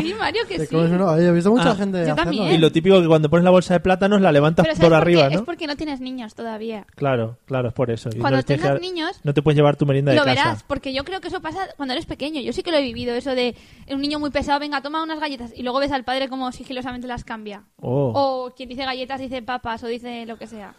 Speaker 3: Sí, Mario, que
Speaker 2: te
Speaker 3: sí.
Speaker 2: comes uno. Oye, he visto mucha
Speaker 1: Ah,
Speaker 2: gente
Speaker 3: yo
Speaker 2: hacerlo.
Speaker 3: también.
Speaker 1: y lo típico que cuando pones la bolsa de plátanos la levantas
Speaker 3: Pero ¿sabes
Speaker 1: por
Speaker 3: qué?
Speaker 1: arriba,
Speaker 3: Es
Speaker 1: ¿no?
Speaker 3: porque no tienes niños todavía.
Speaker 1: Claro, claro, es por eso. Y
Speaker 3: Cuando
Speaker 1: les tienes que
Speaker 3: tengas
Speaker 1: dar-
Speaker 3: niños,
Speaker 1: No te puedes llevar tu merienda de
Speaker 3: Lo
Speaker 1: casa.
Speaker 3: verás, porque yo creo que eso pasa cuando eres pequeño. Yo sí que lo he vivido, eso de un niño muy pesado, venga, toma unas galletas y luego ves al padre como sigilosamente las cambia.
Speaker 1: Oh.
Speaker 3: O quien dice galletas dice papas o dice lo que sea.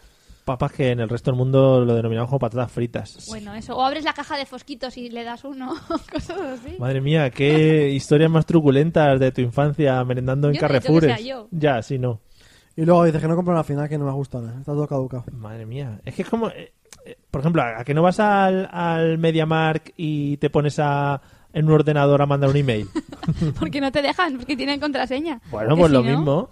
Speaker 1: papas que en el resto del mundo lo denominamos como patatas fritas.
Speaker 3: Bueno, eso. O abres la caja de fosquitos y le das uno. Cosas así.
Speaker 1: Madre mía, qué historias más truculentas de tu infancia merendando en
Speaker 3: Yo no he dicho que
Speaker 1: Carrefour.
Speaker 3: sea yo.
Speaker 1: Ya, sí, no.
Speaker 2: Y luego dices que no compro la final, que no me gusta nada. Está todo caducado.
Speaker 1: Madre mía. Es que es como. eh, eh, por ejemplo, a, a que no vas al, al MediaMark y te pones a, en un ordenador a mandar un email.
Speaker 3: Porque no te dejan, porque tienen contraseña.
Speaker 1: Bueno,
Speaker 3: Que
Speaker 1: pues
Speaker 3: si
Speaker 1: lo
Speaker 3: no-
Speaker 1: mismo.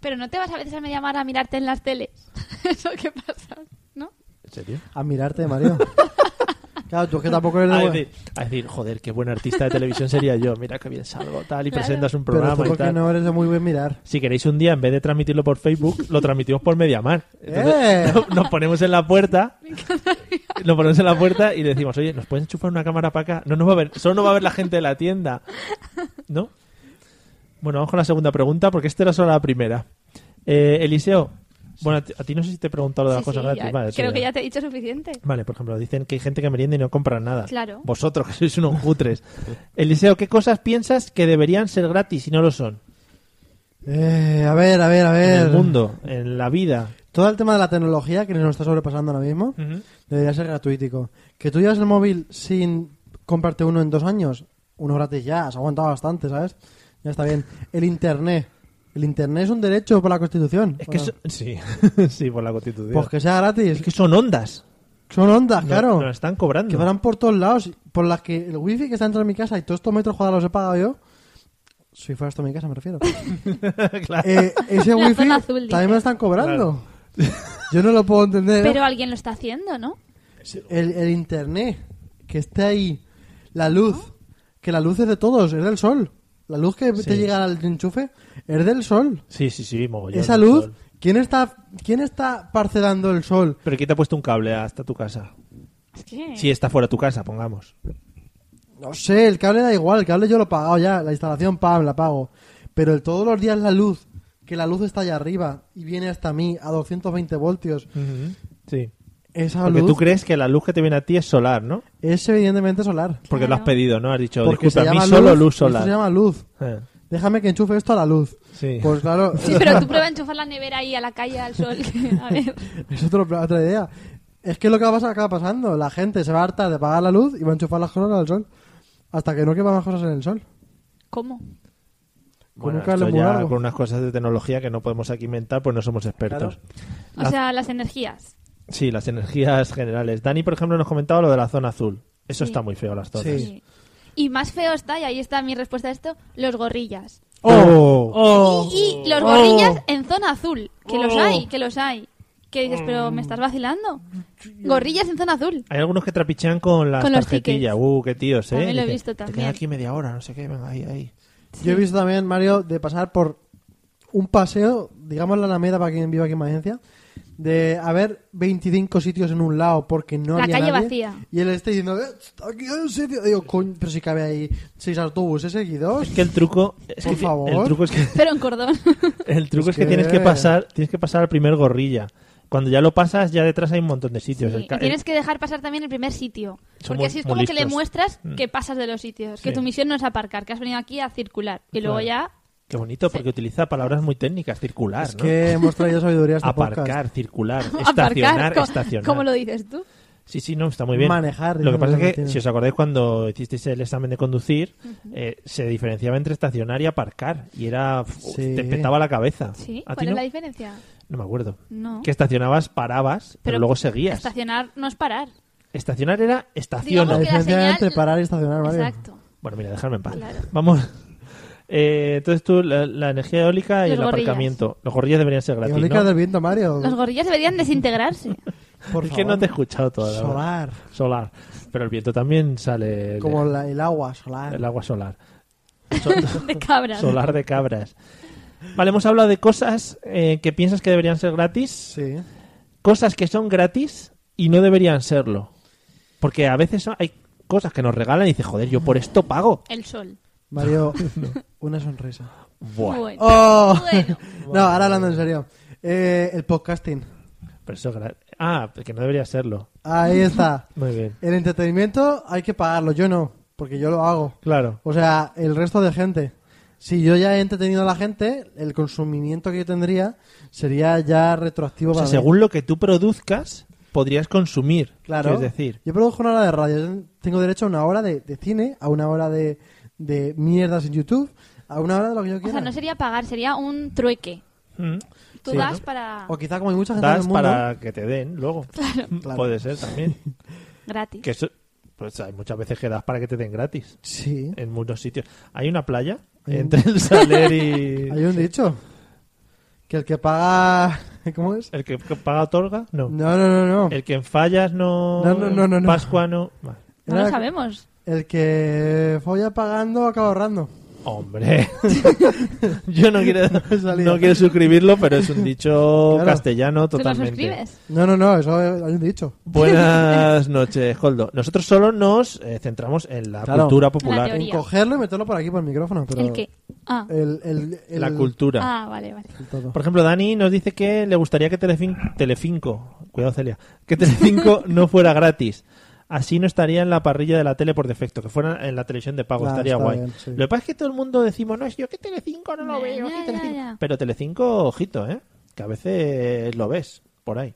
Speaker 3: Pero no te vas a veces a llamar a mirarte en las teles. Eso que pasa, ¿no?
Speaker 1: ¿En serio?
Speaker 2: A mirarte, Mario. claro, tú es que tampoco eres
Speaker 1: A
Speaker 2: de...
Speaker 1: decir, a decir, joder, qué buen artista de televisión sería yo. Mira qué bien salgo, tal, y
Speaker 3: Claro.
Speaker 1: presentas un
Speaker 2: Pero tú
Speaker 1: programa y
Speaker 2: porque
Speaker 1: tal.
Speaker 2: no eres de muy buen mirar.
Speaker 1: Si queréis un día, en vez de transmitirlo por Facebook, lo transmitimos por Mediamar.
Speaker 2: ¡Eh!
Speaker 1: no- nos ponemos en la puerta, nos ponemos en la puerta y le decimos, oye, ¿nos pueden enchufar una cámara para acá? No nos va a ver, solo nos va a ver la gente de la tienda. ¿No? Bueno, vamos con la segunda pregunta, porque esta era solo la primera. Eh, Eliseo, bueno, a ti- a ti no sé si te he preguntado lo de las
Speaker 3: Sí,
Speaker 1: cosas
Speaker 3: sí,
Speaker 1: gratis.
Speaker 3: ya-
Speaker 1: Vale, eso
Speaker 3: creo que ya te he dicho suficiente.
Speaker 1: Vale, por ejemplo, dicen que hay gente que merienda y no compra nada.
Speaker 3: Claro.
Speaker 1: Vosotros, que sois unos cutres. Eliseo, ¿qué cosas piensas que deberían ser gratis y no lo son?
Speaker 2: Eh, a ver, a ver, a ver.
Speaker 1: En el mundo, en la vida.
Speaker 2: Todo el tema de la tecnología que nos está sobrepasando ahora mismo debería ser gratuito. Que tú llevas el móvil sin comprarte uno en dos años, uno gratis ya, has aguantado bastante, ¿sabes? Ya está bien. El internet. El internet es un derecho por la constitución.
Speaker 1: Es que
Speaker 2: Bueno,
Speaker 1: so- sí, sí, por la constitución.
Speaker 2: Pues que sea gratis.
Speaker 1: Es que son ondas.
Speaker 2: Son ondas,
Speaker 1: No-
Speaker 2: claro.
Speaker 1: Nos están
Speaker 2: que
Speaker 1: cobrando.
Speaker 2: van por todos lados. Por las que el wifi que está dentro de mi casa y todos estos metros cuadrados los he pagado yo. Si fuera esto mi casa, me refiero.
Speaker 1: Claro.
Speaker 2: Eh, ese
Speaker 3: La
Speaker 2: wifi
Speaker 3: zona azul,
Speaker 2: también me lo
Speaker 3: dice.
Speaker 2: están cobrando. Yo no lo puedo entender.
Speaker 3: Pero alguien lo está haciendo, ¿no?
Speaker 2: el, el internet que esté ahí, la luz, que la luz es de todos, es del sol. La luz que
Speaker 1: Sí.
Speaker 2: te llega al enchufe es del sol.
Speaker 1: Sí, sí, sí, mogollón.
Speaker 2: Esa
Speaker 1: el
Speaker 2: luz,
Speaker 1: sol.
Speaker 2: ¿quién está quién está parcelando el sol?
Speaker 1: Pero ¿quién te ha puesto un cable hasta tu casa?
Speaker 3: Es que...
Speaker 1: Si está fuera tu casa, pongamos.
Speaker 2: No sé, el cable da igual, el cable yo lo he pagado ya, la instalación pam, la pago. Pero el todos los días la luz, que la luz está allá arriba y viene hasta mí a 220 voltios,
Speaker 1: Sí.
Speaker 2: esa
Speaker 1: Porque
Speaker 2: luz
Speaker 1: tú crees que la luz que te viene a ti es solar, ¿no?
Speaker 2: es evidentemente solar.
Speaker 1: Porque lo has
Speaker 3: Claro.
Speaker 1: pedido, ¿no? Has dicho,
Speaker 2: Porque se
Speaker 1: disculpa, a mí
Speaker 2: llama
Speaker 1: solo
Speaker 2: luz
Speaker 1: luz
Speaker 2: esto
Speaker 1: solar.
Speaker 2: se llama luz.
Speaker 1: Eh.
Speaker 2: Déjame que enchufe esto a la luz.
Speaker 1: Sí.
Speaker 2: Pues claro.
Speaker 3: Sí, pero tú prueba a enchufar la nevera ahí a la calle, al sol. A ver.
Speaker 2: Es otro pla- otra idea. Es que lo que va a pasar acaba pasando. La gente se va a hartar de pagar la luz y va a enchufar las cosas al sol. Hasta que no quepan más cosas en el sol.
Speaker 3: ¿Cómo?
Speaker 1: Bueno,
Speaker 2: un cable
Speaker 1: esto
Speaker 2: muy
Speaker 1: ya
Speaker 2: largo.
Speaker 1: con unas cosas de tecnología que no podemos aquí inventar, pues no somos expertos.
Speaker 3: O sea, las energías.
Speaker 1: Sí, las energías generales. Dani, por ejemplo, nos comentaba lo de la zona azul. Eso
Speaker 3: Sí.
Speaker 1: está muy feo, las zonas.
Speaker 2: Sí.
Speaker 3: Sí. Y más feo está, y ahí está mi respuesta a esto, los gorrillas.
Speaker 1: ¡Oh! Oh.
Speaker 3: Y, y los gorrillas en zona azul. Que los hay, que los hay. Que dices, pero me estás vacilando.
Speaker 1: Mm.
Speaker 3: Gorrillas en zona azul.
Speaker 1: Hay algunos que trapichean con las
Speaker 3: Con los
Speaker 1: tarjetillas.
Speaker 3: tickets.
Speaker 1: Uh, qué tíos, eh.
Speaker 3: También lo he
Speaker 1: Dicen,
Speaker 3: visto
Speaker 1: "Te
Speaker 3: también".
Speaker 1: quedas aquí media hora, no sé qué, venga, ahí, ahí.
Speaker 2: Yo he visto también, Mario, de pasar por un paseo, digamos la Alameda para quien viva aquí en Valencia, de haber 25 sitios en un lado porque no
Speaker 3: La
Speaker 2: había
Speaker 3: calle
Speaker 2: nadie,
Speaker 3: vacía.
Speaker 2: Y él está diciendo, "Eh, aquí hay un sitio. Digo, coño, pero si cabe ahí seis autobuses seguidos.
Speaker 1: Es que el truco es
Speaker 2: Por
Speaker 1: que
Speaker 2: favor.
Speaker 1: el truco es que
Speaker 3: Pero en cordón.
Speaker 1: el truco
Speaker 2: Es
Speaker 1: es que, tienes
Speaker 2: que-
Speaker 1: que pasar, tienes que pasar al primer gorrilla. Cuando ya lo pasas, ya detrás hay un montón de sitios.
Speaker 3: Sí,
Speaker 1: El ca-
Speaker 3: y tienes que dejar pasar también el primer sitio.
Speaker 1: Son
Speaker 3: Porque
Speaker 1: muy-
Speaker 3: así es
Speaker 1: muy
Speaker 3: como que le
Speaker 1: listos.
Speaker 3: muestras
Speaker 1: Mm.
Speaker 3: que pasas de los sitios.
Speaker 1: Sí.
Speaker 3: Que tu misión no es aparcar, que has venido aquí a circular. Y luego
Speaker 1: Claro.
Speaker 3: ya.
Speaker 1: Qué bonito, porque utiliza palabras muy técnicas, circular,
Speaker 2: Es
Speaker 1: ¿no?
Speaker 2: que hemos traído sabiduría a este podcast.
Speaker 1: Aparcar, circular,
Speaker 3: aparcar.
Speaker 1: estacionar,
Speaker 3: co-
Speaker 1: estacionar.
Speaker 3: ¿Cómo lo dices tú?
Speaker 1: Sí, sí, no, está muy bien.
Speaker 2: Manejar,
Speaker 1: Lo que
Speaker 2: digamos,
Speaker 1: pasa
Speaker 2: lo que
Speaker 1: es que,
Speaker 2: tiene.
Speaker 1: si os acordáis, cuando hicisteis el examen de conducir, eh, se diferenciaba entre estacionar y aparcar. Y era. uf,
Speaker 2: Sí.
Speaker 1: Te petaba la cabeza.
Speaker 3: Sí,
Speaker 1: ¿A
Speaker 3: ¿cuál
Speaker 1: ti
Speaker 3: es
Speaker 1: no?
Speaker 3: la diferencia?
Speaker 1: No me acuerdo.
Speaker 3: No.
Speaker 1: Que estacionabas, parabas, pero, luego seguías.
Speaker 3: Estacionar no es parar.
Speaker 1: Estacionar era
Speaker 2: La
Speaker 1: estaciona.
Speaker 3: Digamos que- la
Speaker 2: diferencia
Speaker 3: señal-
Speaker 2: entre parar y estacionar, Mario.
Speaker 3: Exacto.
Speaker 1: Bueno, mira, dejadme en paz.
Speaker 3: Claro.
Speaker 1: Vamos. Eh, entonces tú, la, la energía eólica y
Speaker 3: Los
Speaker 1: el
Speaker 3: gorrillas.
Speaker 1: aparcamiento. Los gorrillas deberían ser gratis,
Speaker 2: Eólica
Speaker 1: ¿no?
Speaker 2: del viento, Mario.
Speaker 3: Los gorrillas deberían desintegrarse.
Speaker 2: Por
Speaker 1: Es que no
Speaker 2: favor.
Speaker 1: te he escuchado todavía.
Speaker 2: Solar.
Speaker 1: Solar. Pero el viento también sale...
Speaker 2: Como la- el agua solar.
Speaker 1: El agua solar.
Speaker 3: de cabras.
Speaker 1: Solar de cabras. Vale, hemos hablado de cosas eh, que piensas que deberían ser gratis,
Speaker 2: Sí.
Speaker 1: cosas que son gratis y no deberían serlo. Porque a veces hay cosas que nos regalan y dices, joder, yo por esto pago.
Speaker 3: El sol.
Speaker 2: Mario, una sonrisa.
Speaker 1: Buah.
Speaker 3: Bueno.
Speaker 2: ¡Oh!
Speaker 3: Bueno.
Speaker 2: no, ahora hablando en serio. Eh, el podcasting.
Speaker 1: Pero eso es gra- Ah, que no debería serlo.
Speaker 2: Ahí está.
Speaker 1: Muy bien.
Speaker 2: El entretenimiento hay que pagarlo. Yo no, porque yo lo hago.
Speaker 1: Claro.
Speaker 2: O sea, el resto de gente. si yo ya he entretenido a la gente, el consumimiento que yo tendría sería ya retroactivo
Speaker 1: O sea,
Speaker 2: para mí.
Speaker 1: según lo que tú produzas, podrías consumir.
Speaker 2: Claro.
Speaker 1: Es decir,
Speaker 2: yo produjo una hora de radio. Yo tengo derecho a una hora de, de cine, a una hora de, de mierdas en YouTube, a una hora de lo que yo
Speaker 3: O
Speaker 2: quiera.
Speaker 3: sea, no sería pagar, sería un trueque.
Speaker 1: mm,
Speaker 3: Tú
Speaker 2: Sí,
Speaker 3: das
Speaker 2: ¿no?
Speaker 3: para...
Speaker 2: O quizá como hay mucha gente en
Speaker 1: das
Speaker 2: el mundo.
Speaker 1: para que te den luego.
Speaker 2: Claro.
Speaker 1: Puede ser también.
Speaker 3: gratis.
Speaker 1: que eso, pues hay muchas veces que das para que te den gratis.
Speaker 2: Sí.
Speaker 1: En muchos sitios. Hay una playa
Speaker 2: Hay un-
Speaker 1: entre el Saler y...
Speaker 2: Hay un dicho. Que el que paga... ¿Cómo es?
Speaker 1: ¿El que que paga otorga? No.
Speaker 2: No, no, no, no.
Speaker 1: El que en fallas no...
Speaker 2: No, no, no, no, no.
Speaker 1: Pascua no... Vale.
Speaker 3: No
Speaker 2: Era-
Speaker 3: lo sabemos.
Speaker 2: El que folla pagando acaba ahorrando.
Speaker 1: Hombre, yo no quiero,
Speaker 2: he salido.
Speaker 1: no quiero suscribirlo, pero es un dicho
Speaker 2: Claro.
Speaker 1: castellano
Speaker 3: ¿Tú no
Speaker 1: totalmente.
Speaker 3: suscribes?
Speaker 2: No, no, no, eso es- hay un dicho.
Speaker 1: Buenas noches, Holdo. Nosotros solo nos eh, centramos en la
Speaker 2: Claro.
Speaker 1: cultura
Speaker 3: La
Speaker 1: popular.
Speaker 3: teoría.
Speaker 2: En cogerlo y meterlo por aquí, por el micrófono. Pero eh,
Speaker 3: ¿El qué? Ah,
Speaker 2: El, el- el-
Speaker 1: La cultura.
Speaker 3: ah vale, vale.
Speaker 2: el todo.
Speaker 1: Por ejemplo, Dani nos dice que le gustaría que Telefin- Telecinco, cuidado Celia, que Telecinco no fuera gratis. Así no estaría en la parrilla de la tele por defecto, que fuera en la televisión de pago,
Speaker 2: Ah,
Speaker 1: estaría
Speaker 2: está
Speaker 1: guay.
Speaker 2: bien, sí.
Speaker 1: Lo que pasa es que todo el mundo decimos, no, es yo que Telecinco no lo
Speaker 3: Ya,
Speaker 1: veo, es que
Speaker 3: ya,
Speaker 1: Telecinco".
Speaker 3: ya.
Speaker 1: pero Telecinco, ojito, ¿eh? Que a veces lo ves por ahí.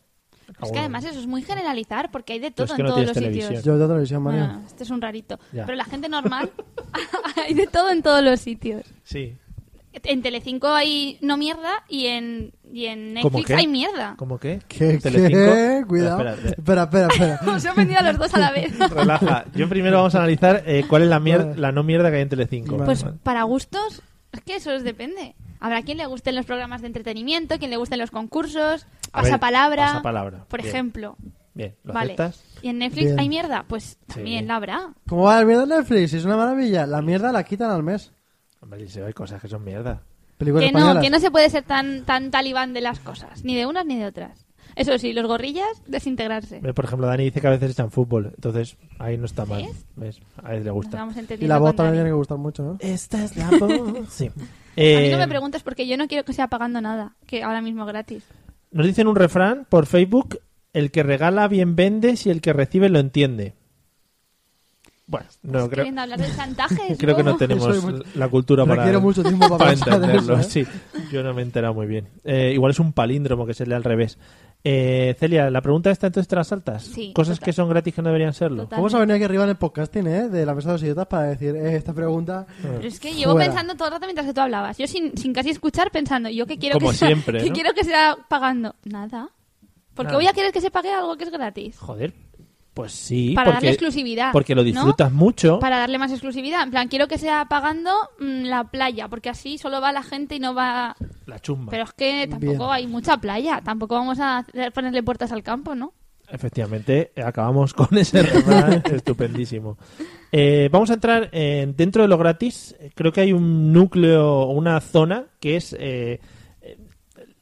Speaker 3: Es que además eso es muy generalizar porque hay de
Speaker 1: Pero
Speaker 3: todo
Speaker 1: es que
Speaker 3: en
Speaker 1: no
Speaker 3: todos los
Speaker 1: tienes televisión.
Speaker 3: sitios.
Speaker 2: Yo de televisión, María.
Speaker 3: Bueno, este es un rarito.
Speaker 1: Ya.
Speaker 3: Pero la gente normal hay de todo en todos los sitios.
Speaker 1: Sí.
Speaker 3: En Telecinco hay no mierda y en, y en
Speaker 1: ¿Cómo
Speaker 3: Netflix
Speaker 1: qué?
Speaker 3: hay mierda.
Speaker 1: ¿Cómo qué?
Speaker 2: ¿Qué, qué?
Speaker 1: Telecinco-
Speaker 2: Cuidado.
Speaker 1: Espera, espera,
Speaker 2: Espera, espera, espera.
Speaker 3: Os he ofendido a los dos a la vez.
Speaker 1: Relaja. Yo primero vamos a analizar eh, cuál es la, mier-
Speaker 2: Vale.
Speaker 1: la no mierda que hay en Telecinco.
Speaker 2: Vale.
Speaker 3: Pues para gustos, es que eso os depende. Habrá quien le gusten los programas de entretenimiento, quien le gusten los
Speaker 1: A
Speaker 3: concursos,
Speaker 1: ver,
Speaker 3: pasapalabra,
Speaker 1: pasapalabra.
Speaker 3: por
Speaker 1: Bien.
Speaker 3: ejemplo.
Speaker 1: Bien, ¿lo
Speaker 3: Vale.
Speaker 1: aceptas?
Speaker 3: ¿Y en Netflix
Speaker 2: Bien.
Speaker 3: hay mierda? Pues también la habrá.
Speaker 2: ¿Cómo va el mierda de Netflix? Es una maravilla. La mierda la quitan al mes.
Speaker 1: Hombre, si hay cosas que son mierda.
Speaker 2: Películas
Speaker 3: que no,
Speaker 2: españolas.
Speaker 3: que no se puede ser tan, tan talibán de las cosas, ni de unas ni de otras. Eso sí, los gorrillas, desintegrarse.
Speaker 1: Ve, Por ejemplo, Dani dice que a veces echan fútbol, entonces ahí no está mal.
Speaker 3: ¿Ves?
Speaker 1: ¿Ves? A él le
Speaker 3: Nos
Speaker 1: gusta.
Speaker 3: vamos
Speaker 2: Y
Speaker 3: entendiendo
Speaker 2: la voz
Speaker 3: con Eh,
Speaker 2: también tiene
Speaker 3: Dani.
Speaker 2: que gustar mucho, ¿no?
Speaker 1: Esta es la voz. Sí.
Speaker 3: A mí
Speaker 1: Eh,
Speaker 3: no me preguntes porque yo no quiero que sea pagando nada, que ahora mismo gratis.
Speaker 1: Nos dicen un refrán por Facebook: el que regala bien vende si el que recibe lo entiende. Bueno, no
Speaker 3: Estoy
Speaker 1: creo.
Speaker 3: queriendo hablar de chantajes.
Speaker 1: Creo que no
Speaker 3: luego.
Speaker 1: tenemos
Speaker 2: Soy muy-
Speaker 1: la cultura para,
Speaker 2: Requiero mucho tiempo para pensar en
Speaker 1: entenderlo.
Speaker 2: eso, ¿eh?
Speaker 1: Sí, yo no me he enterado muy bien. Eh, igual es un palíndromo que se lee al revés. Eh, Celia, la pregunta esta entonces te la saltas.
Speaker 3: Sí,
Speaker 1: Cosas
Speaker 3: total.
Speaker 1: que son gratis que no deberían serlo.
Speaker 3: Total.
Speaker 2: Vamos a venir aquí arriba en el podcasting, ¿eh? De la mesa de los idiotas para decir eh, esta pregunta.
Speaker 3: Pero es que llevo
Speaker 2: Fuera.
Speaker 3: pensando todo el rato mientras que tú hablabas. Yo sin, sin casi escuchar pensando, yo que quiero
Speaker 1: Como
Speaker 3: que sea,
Speaker 1: siempre,
Speaker 3: que
Speaker 1: ¿no?
Speaker 3: quiero que sea pagando nada. Porque
Speaker 1: Nada.
Speaker 3: voy a querer que se pague algo que es gratis.
Speaker 1: Joder, pues sí.
Speaker 3: Para
Speaker 1: porque,
Speaker 3: darle exclusividad,
Speaker 1: Porque lo
Speaker 3: ¿no?
Speaker 1: disfrutas mucho.
Speaker 3: Para darle más exclusividad. En plan, quiero que sea pagando mm, la playa, porque así solo va la gente y no va
Speaker 1: La chumba.
Speaker 3: Pero es que tampoco
Speaker 2: Bien.
Speaker 3: hay mucha playa, tampoco vamos a hacer- ponerle puertas al campo, ¿no?
Speaker 1: Efectivamente, eh, acabamos con ese refrán estupendísimo. Eh, vamos a entrar en- dentro de lo gratis. eh, Creo que hay un núcleo, una zona que es eh, eh,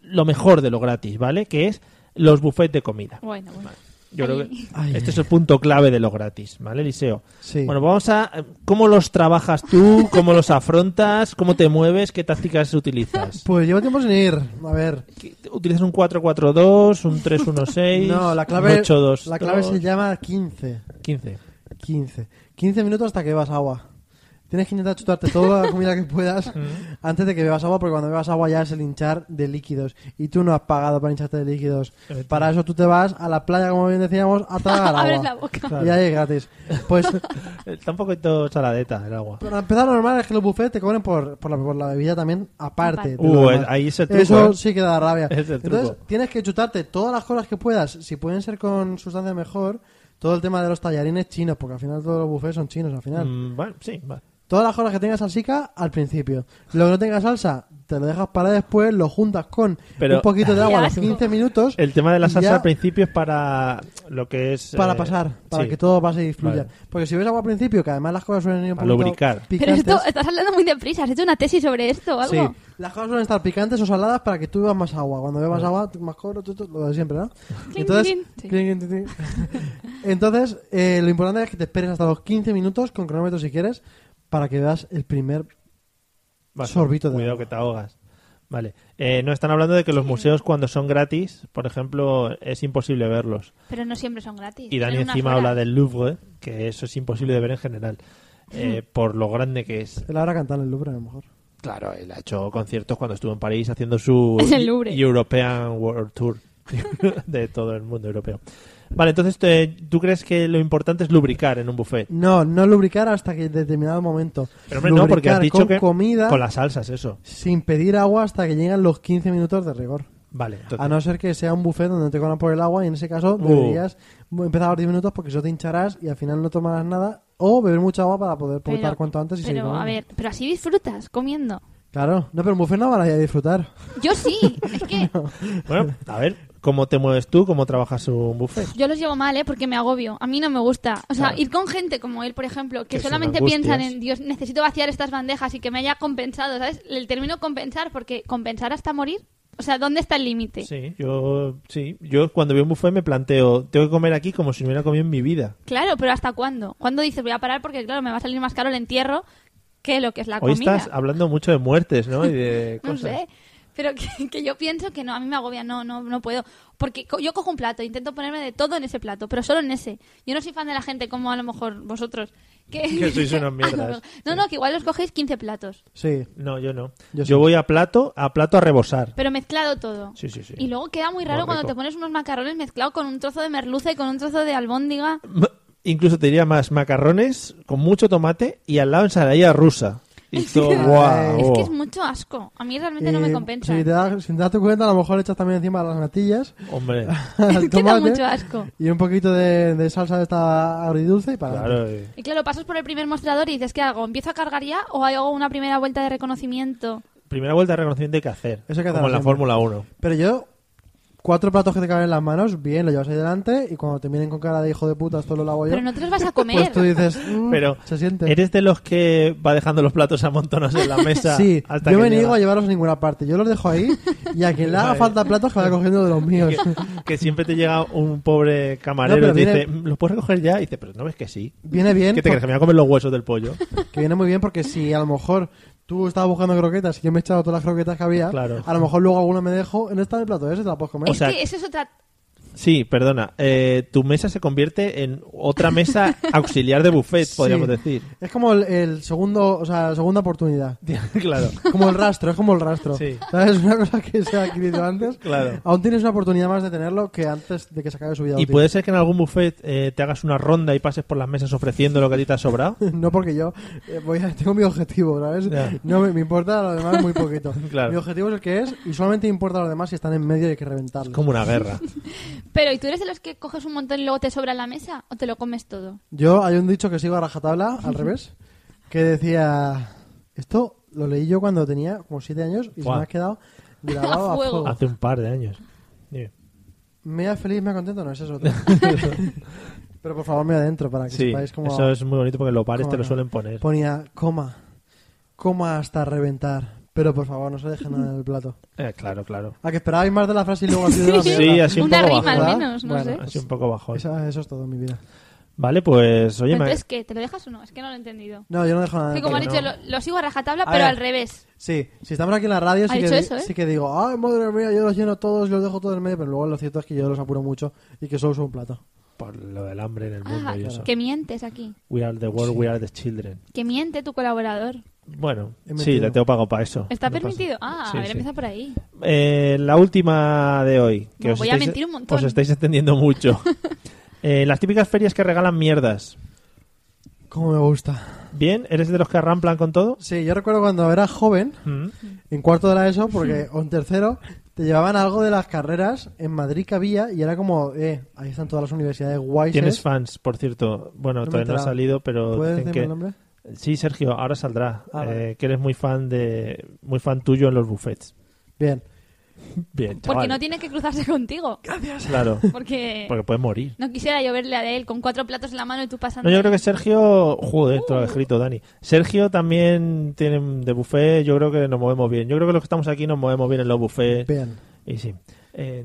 Speaker 1: lo mejor de lo gratis, ¿vale? Que es los buffets de comida.
Speaker 3: Bueno, bueno.
Speaker 1: Yo
Speaker 3: Ay.
Speaker 1: creo que
Speaker 2: Ay, ay,
Speaker 1: este es el punto clave de lo gratis, ¿vale, Eliseo?
Speaker 2: Sí.
Speaker 1: Bueno, vamos a... ¿Cómo los trabajas tú? ¿Cómo los afrontas? ¿Cómo te mueves? ¿Qué tácticas utilizas?
Speaker 2: Pues llevo tiempo sin ir. A ver.
Speaker 1: ¿Utilizas un 4-4-2, un 3-1-6?
Speaker 2: No, la clave,
Speaker 1: un 8-2-2?
Speaker 2: la clave se llama 15.
Speaker 1: 15.
Speaker 2: 15. 15 minutos hasta que bebas agua. Tienes que intentar chutarte toda la comida que puedas antes de que bebas agua, porque cuando bebas agua ya es el hinchar de líquidos. Y tú no has pagado para hincharte de líquidos. Para eso tú te vas a la playa, como bien decíamos, a tragar agua.
Speaker 3: Abres la boca.
Speaker 2: Y ahí es gratis. Pues
Speaker 1: Eh, Está un poquito saladeta el agua.
Speaker 2: para empezar, lo normal es que los buffets te cobren por, por la, por la bebida también, aparte. de
Speaker 1: Uh,
Speaker 2: lo
Speaker 1: el-
Speaker 2: demás.
Speaker 1: ahí es el truco,
Speaker 2: Eso
Speaker 1: ¿eh?
Speaker 2: sí que da rabia.
Speaker 1: Es el truco.
Speaker 2: Entonces, tienes que chutarte todas las cosas que puedas, si pueden ser con sustancias mejor. Todo el tema de los tallarines chinos, porque al final todos los buffets son chinos al final.
Speaker 1: Mm, bueno, sí, vale.
Speaker 2: Todas las cosas que tengas salsica al principio. Lo que no tenga salsa, te lo dejas para después, lo juntas con
Speaker 1: Pero-
Speaker 2: un poquito de agua a los
Speaker 3: asco.
Speaker 2: 15 minutos.
Speaker 1: El tema de la
Speaker 2: y
Speaker 1: salsa
Speaker 2: ya
Speaker 1: al principio es para lo que es... eh,
Speaker 2: Para pasar, para
Speaker 1: sí.
Speaker 2: que todo pase y fluya.
Speaker 1: Vale.
Speaker 2: Porque si ves agua al principio, que además las cosas suelen ir un
Speaker 1: Para
Speaker 2: poquito
Speaker 1: lubricar.
Speaker 3: Pero esto,
Speaker 2: picantes.
Speaker 3: estás hablando muy deprisa, has hecho una tesis sobre esto o
Speaker 2: Sí,
Speaker 3: algo.
Speaker 2: las cosas suelen estar picantes o saladas para que tú bebas más agua. Cuando bebas agua, tú- más coro, tú- tú- lo de siempre, ¿no?
Speaker 3: Clink,
Speaker 2: Entonces,
Speaker 3: clink. Sí.
Speaker 2: clink, clink, clink, clink. Entonces eh, lo importante es que te esperes hasta los 15 minutos con cronómetro si quieres para que veas el primer...
Speaker 1: Vas,
Speaker 2: Sorbito de
Speaker 1: Cuidado
Speaker 2: agua.
Speaker 1: que te ahogas. Vale. Eh, no, están hablando de que los museos cuando son gratis, por ejemplo, es imposible verlos.
Speaker 3: Pero no siempre son gratis.
Speaker 1: Y Dani
Speaker 3: tienen unas
Speaker 1: encima habla
Speaker 3: horas.
Speaker 1: del Louvre,
Speaker 3: Hmm.
Speaker 1: que eso es imposible de ver en general, eh, por lo grande que es.
Speaker 2: El ahora cantar en el Louvre, a lo mejor.
Speaker 1: Claro, él ha hecho conciertos cuando estuvo en París haciendo su E-
Speaker 3: En el Louvre.
Speaker 1: European World Tour de todo el mundo europeo. Vale, entonces eh, tú crees que lo importante es lubricar en un buffet.
Speaker 2: No, no lubricar hasta que en determinado momento.
Speaker 1: Pero hombre, no, porque has
Speaker 2: Lubricar
Speaker 1: dicho
Speaker 2: con
Speaker 1: que
Speaker 2: comida
Speaker 1: con las salsas, eso.
Speaker 2: sin pedir agua hasta que llegan los 15 minutos de rigor.
Speaker 1: Vale, entonces,
Speaker 2: A no ser que sea un buffet donde te cobran por el agua y en ese caso
Speaker 1: Uh.
Speaker 2: deberías empezar a los 10 minutos porque si no te hincharás y al final no tomarás nada o beber mucha agua para poder vomitar cuanto antes y seguir
Speaker 3: pero, a
Speaker 2: comiendo.
Speaker 3: ver, pero así disfrutas comiendo.
Speaker 2: Claro, no, pero un buffet no van a ir a disfrutar.
Speaker 3: Yo sí, es que
Speaker 1: bueno, a ver, ¿cómo te mueves tú? ¿Cómo trabajas un buffet?
Speaker 3: yo los llevo mal, ¿eh? Porque me agobio. A mí no me gusta. O sea, ir con gente como él, por ejemplo, que
Speaker 1: Que son
Speaker 3: solamente
Speaker 1: angustias.
Speaker 3: piensan en, Dios, necesito vaciar estas bandejas y que me haya compensado, ¿sabes? El término compensar, porque compensar hasta morir. O sea, ¿dónde está el límite?
Speaker 1: Sí, yo sí, yo cuando veo un buffet me planteo, tengo que comer aquí como si no hubiera comido en mi vida.
Speaker 3: Claro, pero ¿hasta cuándo? ¿Cuándo dices voy a parar? Porque, claro, me va a salir más caro el entierro que lo que es la
Speaker 1: Hoy
Speaker 3: comida.
Speaker 1: estás hablando mucho de muertes, ¿no? Y de
Speaker 3: No
Speaker 1: cosas.
Speaker 3: sé. Pero que, que yo pienso que no, a mí me agobia, no, no, no puedo. Porque co- yo cojo un plato, intento ponerme de todo en ese plato, pero solo en ese. Yo no soy fan de la gente como a lo mejor vosotros. Que,
Speaker 1: Que sois unos mierdas.
Speaker 3: No, no, que igual os cogéis 15 platos,
Speaker 2: Sí.
Speaker 1: No, yo no. Yo,
Speaker 2: Yo sí.
Speaker 1: voy a plato, a plato a rebosar.
Speaker 3: pero mezclado todo.
Speaker 1: Sí, sí, sí.
Speaker 3: Y luego queda muy raro
Speaker 1: Muy
Speaker 3: cuando
Speaker 1: rico.
Speaker 3: te pones unos macarrones mezclados con un trozo de merluza y con un trozo de albóndiga.
Speaker 1: Ma- Incluso te diría más macarrones con mucho tomate y al lado ensaladilla rusa. Y todo, guau.
Speaker 3: Es que es mucho asco. A mí realmente no
Speaker 2: Y
Speaker 1: Eh,
Speaker 3: me compensa.
Speaker 2: Eh, Si te, das, si te das tu cuenta, a lo mejor le echas también encima las natillas.
Speaker 1: Hombre,
Speaker 2: al
Speaker 3: Es que da
Speaker 2: tomate
Speaker 3: mucho asco.
Speaker 2: Y un poquito de, de salsa de esta agridulce y para
Speaker 1: claro. eh.
Speaker 3: Y claro, pasas por el primer mostrador y dices, ¿qué hago? ¿Empiezo a cargar ya o hago una primera vuelta de reconocimiento?
Speaker 1: Primera vuelta de reconocimiento hay que hacer.
Speaker 2: Eso hay que hacer
Speaker 1: como en la
Speaker 2: siempre.
Speaker 1: Fórmula 1.
Speaker 2: Pero yo, cuatro platos que te caben en las manos, bien, lo llevas ahí delante y cuando te miren con cara de hijo de puta, esto lo hago yo.
Speaker 3: Pero no te los vas a comer.
Speaker 2: Pues tú dices, mm,
Speaker 1: Pero,
Speaker 2: se siente.
Speaker 1: ¿eres de los que va dejando los platos amontonados en la mesa?
Speaker 2: Sí,
Speaker 1: hasta
Speaker 2: yo
Speaker 1: que
Speaker 2: me niego
Speaker 1: llega?
Speaker 2: a llevarlos a ninguna parte. Yo los dejo ahí y a quien le haga
Speaker 1: Vale.
Speaker 2: falta platos que vaya cogiendo de los míos.
Speaker 1: que, que siempre te llega un pobre camarero
Speaker 2: No, pero
Speaker 1: y te dice,
Speaker 2: viene-
Speaker 1: ¿los puedes recoger ya? Y dice, pero no ves que sí.
Speaker 2: Viene bien,
Speaker 1: ¿Qué te crees?
Speaker 2: por-
Speaker 1: ¿Que me voy a comer los huesos del pollo?
Speaker 2: que viene muy bien porque si a lo mejor tú estabas buscando croquetas y yo me he echado todas las croquetas que había,
Speaker 1: Claro.
Speaker 2: a lo mejor luego alguna me dejo, no está en el plato ese, te la puedes comer.
Speaker 1: O sea,
Speaker 3: es que eso es otra...
Speaker 1: Sí, perdona. eh, tu mesa se convierte en otra mesa auxiliar de buffet, podríamos
Speaker 2: Sí.
Speaker 1: decir.
Speaker 2: Es como el, el segundo, o sea, la segunda oportunidad.
Speaker 1: claro.
Speaker 2: Como el rastro, es como el rastro.
Speaker 1: Sí.
Speaker 2: ¿Sabes? Una cosa que se ha adquirido antes.
Speaker 1: Claro.
Speaker 2: Aún tienes una oportunidad más de tenerlo que antes de que se acabe su vida
Speaker 1: Y
Speaker 2: útil.
Speaker 1: puede ser que en algún buffet eh, te hagas una ronda y pases por las mesas ofreciendo lo que a ti te ha sobrado.
Speaker 2: No porque yo eh, voy a- tengo mi objetivo, ¿sabes?
Speaker 1: Ya.
Speaker 2: No me, me importa lo demás muy poquito.
Speaker 1: Claro.
Speaker 2: Mi objetivo es el que es y solamente importa a los demás si están en medio y hay que reventarlos.
Speaker 1: Como una guerra.
Speaker 3: Pero, ¿y tú eres de los que coges un montón y luego te sobra en la mesa o te lo comes todo?
Speaker 2: Yo hay un dicho que sigo a rajatabla, al revés, que decía... Esto lo leí yo cuando tenía como siete años y
Speaker 1: Buah.
Speaker 2: se me ha quedado grabado
Speaker 3: A
Speaker 2: a
Speaker 3: fuego.
Speaker 2: fuego.
Speaker 1: Hace un par de años. Dime.
Speaker 2: Mea feliz, mea contento, no es eso. Pero por favor, mea adentro para que
Speaker 1: Sí,
Speaker 2: sepáis cómo...
Speaker 1: eso es muy bonito porque los bares
Speaker 2: cómo
Speaker 1: te lo
Speaker 2: va.
Speaker 1: suelen poner.
Speaker 2: Ponía coma, coma hasta reventar. Pero por favor, no se deje nada en el plato.
Speaker 1: Eh, claro, claro.
Speaker 2: ¿A que esperabais más de la frase y luego ha sido una
Speaker 1: Sí,
Speaker 2: mierda?
Speaker 1: así un
Speaker 3: Una
Speaker 1: poco
Speaker 3: rima
Speaker 1: bajo,
Speaker 3: al
Speaker 2: ¿verdad?
Speaker 3: menos, no
Speaker 2: Bueno.
Speaker 3: sé.
Speaker 2: Pues-
Speaker 1: Así un poco bajón.
Speaker 2: Esa- eso es todo en mi vida.
Speaker 1: Vale, pues oye, me-
Speaker 3: Entonces, ¿qué? ¿Te lo dejas o no? Es que no lo he entendido.
Speaker 2: No, yo no
Speaker 1: Ah,
Speaker 2: dejo nada.
Speaker 3: Que
Speaker 2: en
Speaker 3: como
Speaker 2: el
Speaker 3: han
Speaker 2: plato.
Speaker 3: dicho, lo, lo sigo a rajatabla,
Speaker 2: A
Speaker 3: pero
Speaker 2: ver.
Speaker 3: al revés.
Speaker 2: Sí, si estamos aquí en la radio,
Speaker 3: Ha
Speaker 2: sí que,
Speaker 3: dicho
Speaker 2: di-
Speaker 3: eso, ¿eh?
Speaker 2: sí que digo, ay, madre mía, yo los lleno todos, los dejo todos en medio, pero luego lo cierto es que yo los apuro mucho y que solo uso un plato.
Speaker 1: por lo del hambre en el mundo
Speaker 3: Ah,
Speaker 1: y eso.
Speaker 3: que mientes aquí.
Speaker 1: We are the world, we are the children.
Speaker 3: Que miente tu colaborador.
Speaker 1: Bueno,
Speaker 2: He
Speaker 1: sí,
Speaker 2: metido.
Speaker 1: le tengo pago para eso.
Speaker 3: ¿Está
Speaker 1: No pasa.
Speaker 3: permitido? Ah,
Speaker 1: Sí,
Speaker 3: a ver,
Speaker 1: sí.
Speaker 3: empieza por ahí.
Speaker 1: Eh, la última de hoy. Que
Speaker 3: Me
Speaker 1: os
Speaker 3: voy a
Speaker 1: estáis,
Speaker 3: mentir un montón.
Speaker 1: Os estáis extendiendo mucho. Eh, las típicas ferias que regalan mierdas.
Speaker 2: Como me gusta.
Speaker 1: ¿Bien? ¿Eres de los que arramplan con todo?
Speaker 2: Sí, yo recuerdo cuando era joven,
Speaker 1: Mm.
Speaker 2: en cuarto de la ESO, porque, o en tercero, te llevaban algo de las carreras en Madrid que había y era como, eh, ahí están todas las universidades guays.
Speaker 1: Tienes fans, por cierto. Bueno, todavía
Speaker 2: me he
Speaker 1: no ha
Speaker 2: enterado.
Speaker 1: salido, pero
Speaker 2: ¿Puedes
Speaker 1: dicen
Speaker 2: decirme
Speaker 1: que...
Speaker 2: el nombre?
Speaker 1: Sí, Sergio, ahora saldrá.
Speaker 2: Ah,
Speaker 1: Eh,
Speaker 2: vale.
Speaker 1: que eres muy fan de, muy fan tuyo en los buffets.
Speaker 2: Bien.
Speaker 1: Bien, chaval.
Speaker 3: Porque no tiene que cruzarse contigo.
Speaker 1: Claro,
Speaker 3: Porque
Speaker 1: porque puedes morir.
Speaker 3: no quisiera yo verle a él con cuatro platos en la mano y tú pasando.
Speaker 1: No, yo creo que Sergio, joder, te lo he escrito, Dani. Sergio también tiene de buffet. Yo creo que nos movemos bien. Yo creo que los que estamos aquí nos movemos bien en los buffets.
Speaker 2: Bien.
Speaker 1: Y sí. Eh,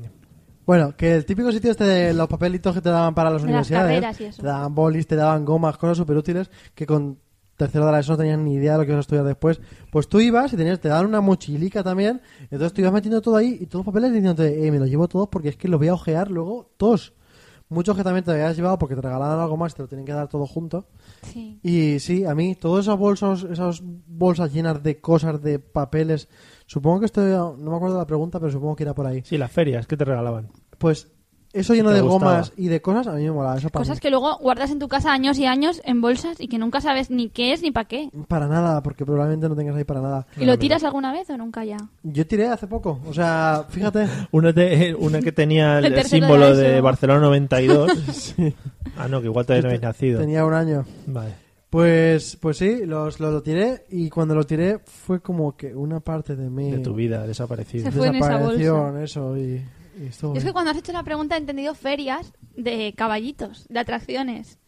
Speaker 2: Bueno, que el típico sitio este de los papelitos que te daban para las
Speaker 3: De las
Speaker 2: universidades,
Speaker 3: carreras y eso.
Speaker 2: te daban bolis, te daban gomas, cosas súper útiles que con tercero de la ESO no tenías ni idea de lo que ibas a estudiar después. Pues tú ibas y tenías, te daban una mochilica también, entonces tú ibas metiendo todo ahí y todos los papeles diciéndote, eh, me los llevo todos porque es que los voy a ojear luego todos. Muchos que también te habías llevado porque te regalaban algo más, te lo tienen que dar todo junto.
Speaker 3: Sí.
Speaker 2: Y sí, a mí, todos esos bolsos, esas bolsas llenas de cosas, de papeles. Supongo que estoy. No me acuerdo la pregunta, pero supongo que era por ahí.
Speaker 1: Sí, las ferias que te regalaban.
Speaker 2: Pues eso lleno
Speaker 1: te
Speaker 2: de
Speaker 1: gustaba.
Speaker 2: gomas y de cosas, a mí me molaba. Eso para
Speaker 3: Cosas
Speaker 2: mí.
Speaker 3: que luego guardas en tu casa años y años en bolsas y que nunca sabes ni qué es ni para qué.
Speaker 2: Para nada, porque probablemente no tengas ahí para nada.
Speaker 3: ¿Y lo tiras alguna vez o nunca ya?
Speaker 2: Yo tiré hace poco, o sea, fíjate.
Speaker 1: Una, te- una que tenía el,
Speaker 3: El tercero
Speaker 1: símbolo
Speaker 3: de
Speaker 1: de
Speaker 3: eso.
Speaker 1: Barcelona 92. Ah, no, que igual todavía no habéis nacido.
Speaker 2: Este Tenía un año.
Speaker 1: Vale.
Speaker 2: Pues, pues sí, los, los lo tiré y cuando lo tiré fue como que una parte de mí
Speaker 1: De tu vida, desaparecido.
Speaker 3: Se fue en esa
Speaker 2: desapareció
Speaker 3: bolsa.
Speaker 2: en eso y, y estuvo
Speaker 3: Yo es
Speaker 2: bien.
Speaker 3: que cuando has hecho la pregunta he entendido ferias de caballitos, de atracciones.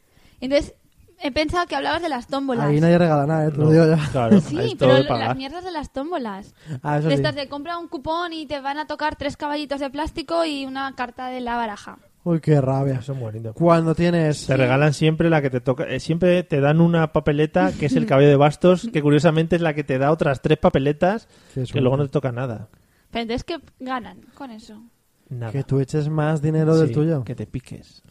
Speaker 3: Entonces he pensado que hablabas de las tómbolas.
Speaker 2: Ahí nadie regala nada, eh, te lo
Speaker 1: No,
Speaker 2: digo ya.
Speaker 1: Claro, es
Speaker 3: Sí,
Speaker 1: todo
Speaker 3: pero
Speaker 1: de
Speaker 3: las
Speaker 1: pagar.
Speaker 3: mierdas de las tómbolas.
Speaker 2: Ah, eso
Speaker 3: de
Speaker 2: sí.
Speaker 3: estas de compra un cupón y te van a tocar tres caballitos de plástico y una carta de la baraja.
Speaker 2: Uy, qué rabia.
Speaker 1: Son bonitos.
Speaker 2: Cuando tienes...
Speaker 1: Te regalan siempre la que te toca. eh, siempre te dan una papeleta que es el caballo de bastos, que curiosamente es la que te da otras tres papeletas
Speaker 2: Qué suerte.
Speaker 1: que luego no te toca nada.
Speaker 3: Pero entonces, ¿qué ganan con eso?
Speaker 1: Nada.
Speaker 2: Que tú eches más dinero del
Speaker 1: Sí,
Speaker 2: tuyo.
Speaker 1: Que te piques.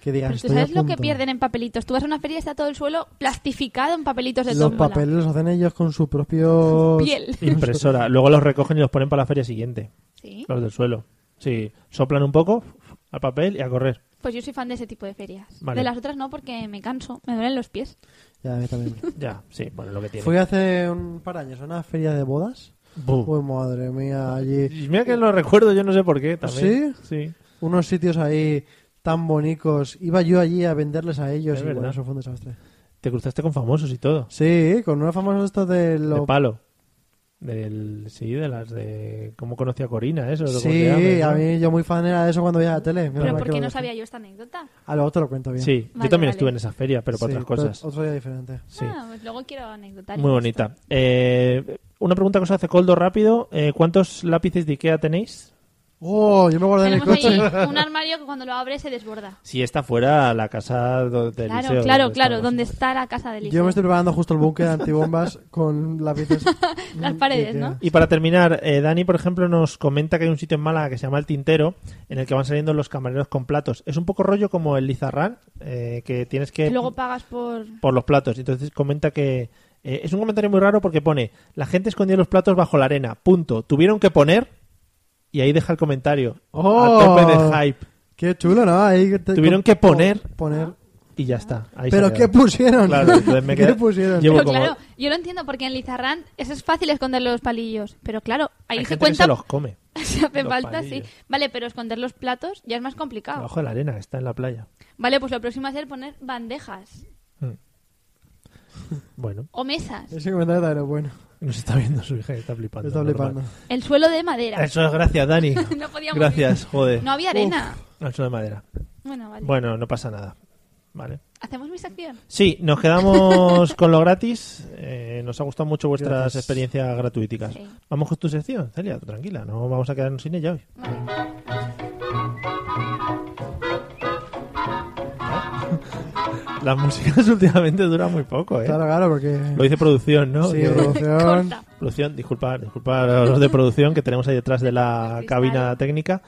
Speaker 2: Que digas,
Speaker 3: Pero tú
Speaker 2: estoy a
Speaker 3: sabes lo que
Speaker 2: punto.
Speaker 3: pierden en papelitos. Tú vas a una feria y está todo el suelo plastificado en papelitos de
Speaker 2: Los
Speaker 3: tómbola.
Speaker 2: papeles los hacen ellos con su propio...
Speaker 3: Piel.
Speaker 1: Impresora. Luego los recogen y los ponen para la feria siguiente.
Speaker 3: Sí.
Speaker 1: Los del suelo. Sí. Soplan un poco al papel y a correr.
Speaker 3: Pues yo soy fan de ese tipo de ferias.
Speaker 1: Vale.
Speaker 3: De las otras no, porque me canso. Me duelen los pies.
Speaker 2: Ya, a mí también.
Speaker 1: Ya, sí, bueno, lo que tiene.
Speaker 2: Fui hace un par de años a una feria de bodas.
Speaker 1: Bu.
Speaker 2: Uy, madre mía, allí
Speaker 1: Y mira que lo recuerdo, yo no sé por qué también.
Speaker 2: ¿Sí?
Speaker 1: Sí.
Speaker 2: unos sitios ahí tan bonicos. Iba yo allí a venderles a ellos
Speaker 1: Es
Speaker 2: y bueno,
Speaker 1: verdad.
Speaker 2: eso fue un desastre.
Speaker 1: Te cruzaste con famosos y todo.
Speaker 2: Sí, con una famosa esto
Speaker 1: De
Speaker 2: de lo...
Speaker 1: palo. Del, sí, de las de. ¿Cómo conocí a Corina? Eso. ¿Cómo
Speaker 2: sí,
Speaker 1: te llamas, no?
Speaker 2: a mí yo muy fan era de eso cuando veía la tele. Menos
Speaker 3: Pero
Speaker 2: mal que
Speaker 3: porque
Speaker 2: lo
Speaker 3: no
Speaker 2: dejé.
Speaker 3: sabía yo esta anécdota.
Speaker 2: Ah, luego te lo cuento bien.
Speaker 1: Sí,
Speaker 3: Vale,
Speaker 1: yo también
Speaker 3: vale.
Speaker 1: estuve en esa feria, pero para
Speaker 2: Sí,
Speaker 1: otras cosas.
Speaker 2: pero Otro día diferente.
Speaker 1: Sí.
Speaker 3: Ah, pues luego quiero anécdotar.
Speaker 1: Muy bonita. Eh, una pregunta que os hace Coldo rápido. Eh, ¿Cuántos lápices de Ikea tenéis?
Speaker 2: Oh, yo me guardé en el
Speaker 3: Tenemos
Speaker 2: coche.
Speaker 3: ahí un armario que cuando lo abres se desborda.
Speaker 1: Si esta fuera la casa do- del
Speaker 3: Claro,
Speaker 1: liceo,
Speaker 3: claro,
Speaker 1: donde
Speaker 3: claro.
Speaker 1: estamos.
Speaker 3: Donde está la casa del
Speaker 2: Yo
Speaker 3: liceo.
Speaker 2: me estoy preparando justo el búnker antibombas con lápices.
Speaker 3: Las paredes, ¿no?
Speaker 1: Y para terminar, eh, Dani, por ejemplo, nos comenta que hay un sitio en Málaga que se llama El Tintero, en el que van saliendo los camareros con platos. Es un poco rollo como el Lizarrán, eh, que tienes que...
Speaker 3: Que luego pagas por...
Speaker 1: por los platos. Entonces comenta que eh, es un comentario muy raro porque pone la gente escondía los platos bajo la arena. Punto. Tuvieron que poner y ahí deja el comentario.
Speaker 2: ¡Oh!
Speaker 1: A tope de hype
Speaker 2: Qué chulo, ¿no? Ahí te-
Speaker 1: Tuvieron que poner-
Speaker 2: Poner.
Speaker 1: y ya está. Ahí se ha
Speaker 2: Pero ¿qué
Speaker 1: quedado.
Speaker 2: pusieron?
Speaker 1: Claro, entonces me
Speaker 2: ¿Qué
Speaker 1: quedé-
Speaker 2: pusieron?
Speaker 1: Llevo
Speaker 3: Pero
Speaker 1: como-
Speaker 3: claro, yo lo entiendo porque en Lizarrán eso es fácil esconder los palillos. Pero claro, ahí
Speaker 1: Hay
Speaker 3: se
Speaker 1: gente que
Speaker 3: cuenta...
Speaker 1: se los come.
Speaker 3: se hace
Speaker 1: los
Speaker 3: falta,
Speaker 1: palillos.
Speaker 3: sí. Vale, pero esconder los platos ya es más complicado.
Speaker 1: Abajo de la arena, está en la playa. Mm.
Speaker 3: Vale, pues lo próximo es el poner bandejas
Speaker 1: Bueno,
Speaker 3: o mesas.
Speaker 2: Ese comentario también es bueno.
Speaker 1: nos está viendo su hija que está flipando.
Speaker 2: Está
Speaker 1: normal.
Speaker 2: flipando.
Speaker 3: El suelo de madera.
Speaker 1: Eso es gracias, Dani.
Speaker 3: No podíamos
Speaker 1: gracias, joder.
Speaker 3: No había arena.
Speaker 1: Al suelo de madera.
Speaker 3: Bueno, vale.
Speaker 1: Bueno, no pasa nada. Vale.
Speaker 3: ¿Hacemos mi sección?
Speaker 1: Sí, nos quedamos con lo gratis. Eh, nos ha gustado mucho vuestras
Speaker 2: Gracias.
Speaker 1: experiencias gratuitas.
Speaker 3: Sí.
Speaker 1: Vamos con tu sección, Celia, tú tranquila, no vamos a quedarnos sin ella hoy.
Speaker 3: Vale.
Speaker 1: Las músicas últimamente duran muy poco, ¿eh?
Speaker 2: Claro, claro, porque.
Speaker 1: Lo dice producción, ¿no?
Speaker 2: Sí,
Speaker 1: Que-
Speaker 2: producción.
Speaker 3: Corta.
Speaker 1: Producción, disculpad, disculpad a los de producción que tenemos ahí detrás de la
Speaker 3: Cristal.
Speaker 1: cabina técnica.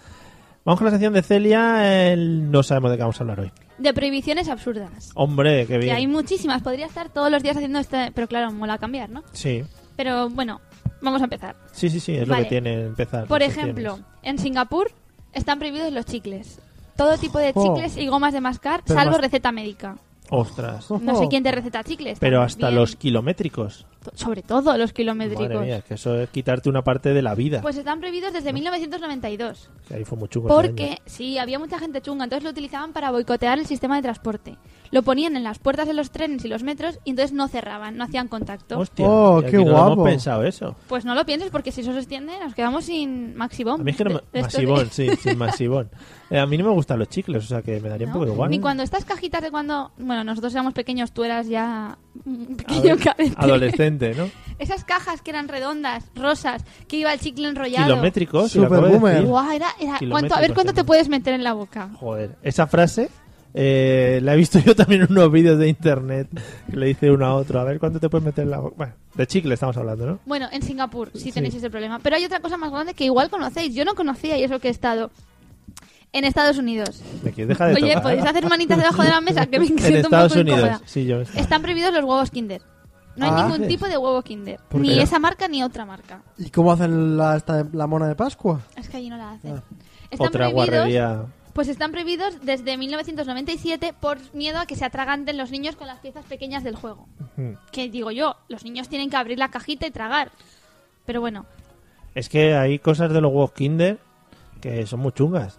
Speaker 1: Vamos con la sección de Celia, el- no sabemos de qué vamos a hablar hoy.
Speaker 3: De prohibiciones absurdas.
Speaker 1: Hombre, qué
Speaker 3: Que hay
Speaker 1: bien.
Speaker 3: muchísimas. Podría estar todos los días haciendo este... Pero claro, mola cambiar, ¿no?
Speaker 1: Sí,
Speaker 3: Pero bueno, vamos a empezar.
Speaker 1: sí, sí, sí, es lo
Speaker 3: Vale.
Speaker 1: que tiene empezar.
Speaker 3: Por
Speaker 1: las secciones.
Speaker 3: ejemplo, en Singapur están prohibidos los chicles. Todo tipo de
Speaker 2: Ojo.
Speaker 3: chicles y gomas de mascar,
Speaker 2: Pero
Speaker 3: salvo
Speaker 2: mas-
Speaker 3: receta médica.
Speaker 1: Ostras.
Speaker 3: No sé quién te receta chicles.
Speaker 1: Pero
Speaker 3: también
Speaker 1: hasta
Speaker 3: bien.
Speaker 1: los kilométricos.
Speaker 3: Sobre todo los
Speaker 1: Madre
Speaker 3: kilométricos.
Speaker 1: mía, es que eso es quitarte una parte de la vida.
Speaker 3: Pues están prohibidos desde 1992.
Speaker 1: que ahí fue muy chungo. ese
Speaker 3: Porque
Speaker 1: año.
Speaker 3: sí, había mucha gente chunga, entonces lo utilizaban para boicotear el sistema de transporte. Lo ponían en las puertas de los trenes y los metros y entonces no cerraban, no hacían contacto.
Speaker 1: Hostia,
Speaker 2: Oh,
Speaker 1: y
Speaker 2: qué
Speaker 1: aquí no
Speaker 2: guapo.
Speaker 1: hemos pensado eso.
Speaker 3: Pues no lo pienses porque si eso se extiende nos quedamos sin Maxibón.
Speaker 1: A mí es que no me... Masivón, sí, sí, masivón. Eh, a mí no me gustan los chicles, o sea que me daría un poco igual.
Speaker 3: Ni cuando estas cajitas de cuando... Bueno, nosotros éramos pequeños, tú eras ya un pequeño
Speaker 1: Adol-
Speaker 3: cadete.
Speaker 1: Adolescente, ¿no?
Speaker 3: Esas cajas que eran redondas, rosas, que iba el chicle enrollado.
Speaker 1: Kilométricos. si
Speaker 2: Super
Speaker 1: lo acabo de
Speaker 2: boomer.
Speaker 1: decir.
Speaker 3: Guau, era- era- ¿cuánto-
Speaker 1: Kilométricos
Speaker 3: a ver cuánto te
Speaker 1: también.
Speaker 3: puedes meter en la boca.
Speaker 1: Joder, esa frase eh, la he visto yo también en unos vídeos de internet que le dice uno a otro. A ver cuánto te puedes meter en la boca. Bueno, de chicle estamos hablando, ¿no?
Speaker 3: Bueno, en Singapur sí tenéis
Speaker 1: Sí.
Speaker 3: ese problema. Pero hay otra cosa más grande que igual conocéis. Yo no conocía y eso que he estado. en Estados Unidos.
Speaker 1: Me quieres dejar de
Speaker 3: Oye,
Speaker 1: tocar.
Speaker 3: ¿podéis hacer manitas debajo de la mesa? Que me siento
Speaker 1: En
Speaker 3: un
Speaker 1: Estados
Speaker 3: poco
Speaker 1: Unidos.
Speaker 3: incómoda.
Speaker 1: Sí, yo.
Speaker 3: Están prohibidos los huevos Kinder. No hay
Speaker 2: Ah.
Speaker 3: ningún tipo de huevo Kinder.
Speaker 1: ¿Por
Speaker 3: Ni
Speaker 1: qué?
Speaker 3: esa marca ni otra marca.
Speaker 2: ¿Y cómo hacen la, esta- la mona de Pascua?
Speaker 3: Es que allí no la hacen.
Speaker 2: Ah.
Speaker 3: Están
Speaker 1: Otra
Speaker 3: prohibidos,
Speaker 1: guarrería.
Speaker 3: Pues están prohibidos desde 1997 por miedo a que se atraganten los niños con las piezas pequeñas del juego.
Speaker 1: Mm.
Speaker 3: Que digo yo, los niños tienen que abrir la cajita y tragar. Pero bueno,
Speaker 1: Es que hay cosas de los huevos Kinder que son muy chungas.